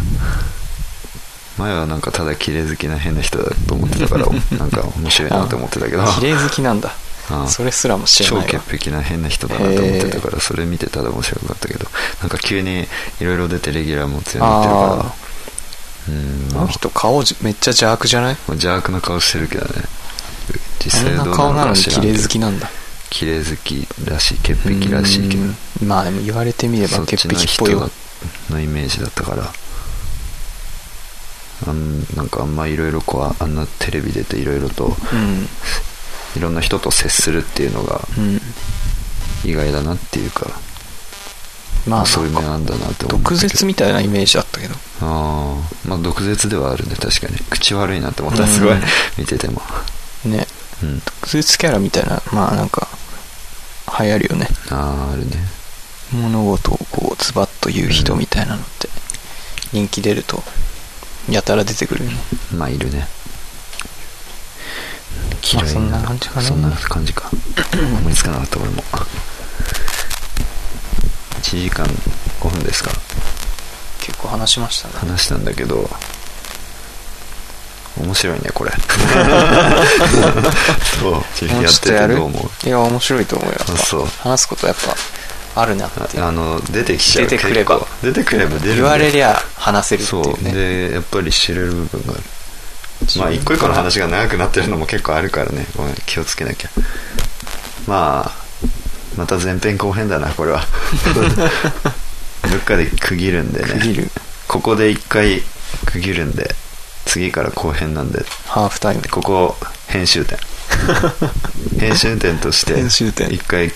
[SPEAKER 2] 前はなんかただ綺麗好きな変な人だと思ってたから なんか面白いなと思ってたけど
[SPEAKER 3] 綺麗好きなんだ
[SPEAKER 2] うん
[SPEAKER 3] それすらも知ら
[SPEAKER 2] 超
[SPEAKER 3] ないわ
[SPEAKER 2] 潔癖な変な人だなと思ってたからそれ見てただ面白かったけどなんか急にいろいろ出てレギュラーも強いなってる
[SPEAKER 3] あ
[SPEAKER 2] からうん
[SPEAKER 3] あ
[SPEAKER 2] まあ
[SPEAKER 3] の人顔じめっちゃ邪悪じゃない
[SPEAKER 2] 邪悪な顔してるけどね実
[SPEAKER 3] あ
[SPEAKER 2] 際
[SPEAKER 3] ん
[SPEAKER 2] どう
[SPEAKER 3] な
[SPEAKER 2] なの
[SPEAKER 3] 顔なの
[SPEAKER 2] か
[SPEAKER 3] に
[SPEAKER 2] 知ら
[SPEAKER 3] 綺
[SPEAKER 2] んけ
[SPEAKER 3] 麗
[SPEAKER 2] ど
[SPEAKER 3] 好きなんだ
[SPEAKER 2] 綺麗好きらしい潔癖らしいけど
[SPEAKER 3] うんまあでも言われてみれば
[SPEAKER 2] そっち
[SPEAKER 3] 潔
[SPEAKER 2] の
[SPEAKER 3] 癖っぽい
[SPEAKER 2] 人
[SPEAKER 3] わ
[SPEAKER 2] のイメージだったからあんなんかあんまいろいろこうあんなテレビ出ていろいろと
[SPEAKER 3] うん
[SPEAKER 2] いろんな人と接するっていうのが
[SPEAKER 3] うん
[SPEAKER 2] 意外だなっていうか、
[SPEAKER 3] まあ
[SPEAKER 2] そういう面なんだなって思ったけど
[SPEAKER 3] 毒舌みたいなイメージだったけど
[SPEAKER 2] ああまあ毒舌ではあるね確かに口悪いなって思ったすごい、
[SPEAKER 3] うん
[SPEAKER 2] 見てても
[SPEAKER 3] ね
[SPEAKER 2] うん
[SPEAKER 3] 毒舌キャラみたいなまあなんか流行るよね
[SPEAKER 2] あああるね
[SPEAKER 3] 物事をこうズバッと言う人みたいなのって人気出るとやたら出てくるよね
[SPEAKER 2] まあいるね綺麗
[SPEAKER 3] まあそんな感じかな
[SPEAKER 2] そんな感 じか思いつかなかった俺も1時間5分ですか
[SPEAKER 3] 結構話しましたね。
[SPEAKER 2] 話したんだけど面白いね これそうち
[SPEAKER 3] もう
[SPEAKER 2] やっ
[SPEAKER 3] ちょっと
[SPEAKER 2] て
[SPEAKER 3] や
[SPEAKER 2] て
[SPEAKER 3] る
[SPEAKER 2] どう思う
[SPEAKER 3] いや、面白いと思うよ。やっぱ
[SPEAKER 2] あそう
[SPEAKER 3] 話すことやっぱあるなっ
[SPEAKER 2] あ
[SPEAKER 3] ていう。
[SPEAKER 2] あの出てきちゃう
[SPEAKER 3] 出てくれば
[SPEAKER 2] 結構出てくれば出るんだよ
[SPEAKER 3] 言われりゃ話せるって
[SPEAKER 2] そ
[SPEAKER 3] いう
[SPEAKER 2] う
[SPEAKER 3] ね。
[SPEAKER 2] でやっぱり知れる部分がある
[SPEAKER 3] 自分
[SPEAKER 2] まあ一個一個の話
[SPEAKER 3] が。
[SPEAKER 2] が長くなってるのも結構あるからねごめん気をつけなきゃまあまた前編後編だなこ れはどっかで区切るんで
[SPEAKER 3] 区切
[SPEAKER 2] ね
[SPEAKER 3] る。
[SPEAKER 2] ここで一回区切るんで次から後編なんで
[SPEAKER 3] ハーフタイム。
[SPEAKER 2] ここ編集 点編集点として
[SPEAKER 3] 編集点
[SPEAKER 2] 一回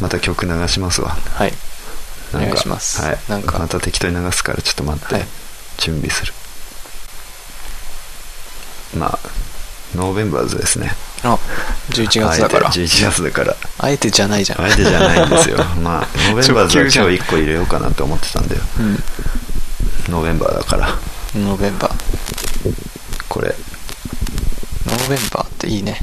[SPEAKER 2] また曲流しますわ
[SPEAKER 3] はい。
[SPEAKER 2] なんか
[SPEAKER 3] お願いします
[SPEAKER 2] はい、
[SPEAKER 3] なんか
[SPEAKER 2] また適当に流すからちょっと待って、
[SPEAKER 3] はい
[SPEAKER 2] 準備するまあノーベンバーズですね
[SPEAKER 3] あ、11月だから
[SPEAKER 2] あえ。て11月だから
[SPEAKER 3] あえてじゃないじゃん。
[SPEAKER 2] あえてじゃないん ですよまあノーベンバーズは
[SPEAKER 3] 直球じゃん
[SPEAKER 2] 今日1個入れようかなって思ってたんだよ
[SPEAKER 3] う
[SPEAKER 2] ノーベンバーだから
[SPEAKER 3] ん。ノーベンバー。
[SPEAKER 2] これ
[SPEAKER 3] ノーベンバーっていいね。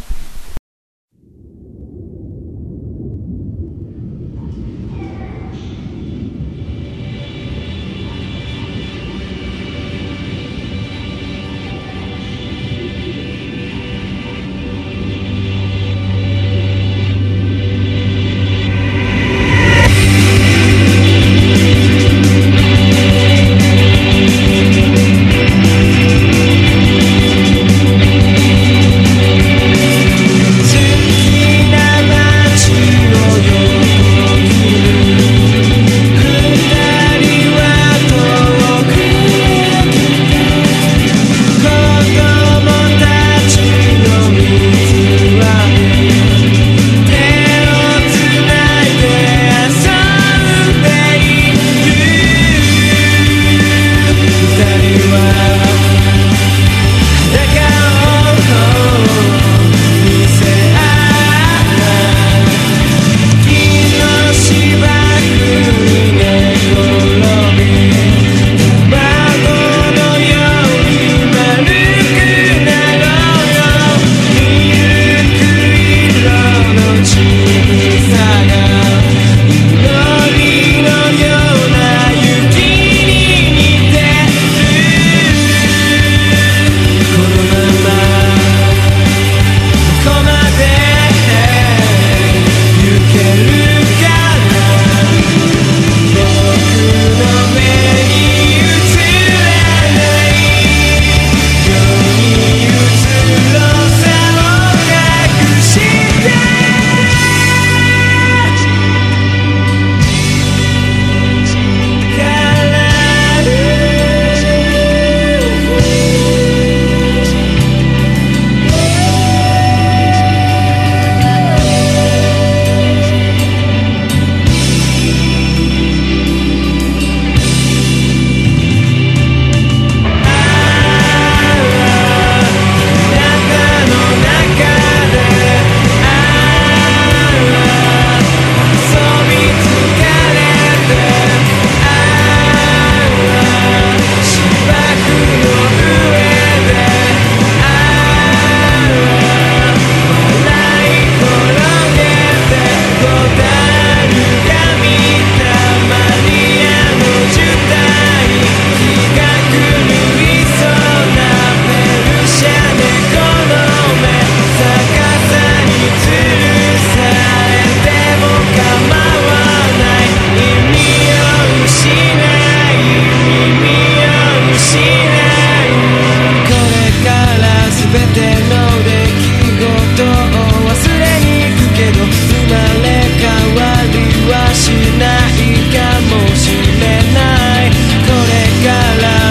[SPEAKER 5] これから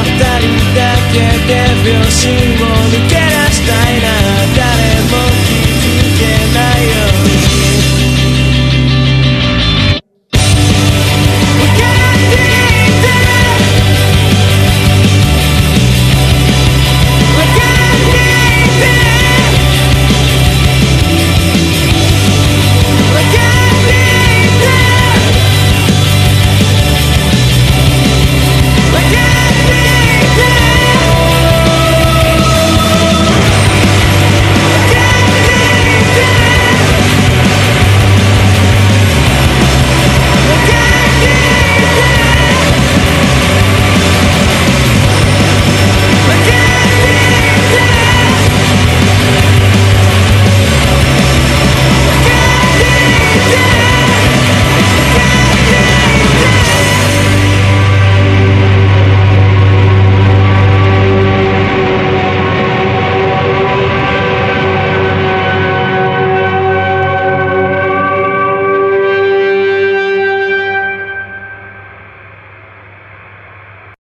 [SPEAKER 5] 二人だけで拍子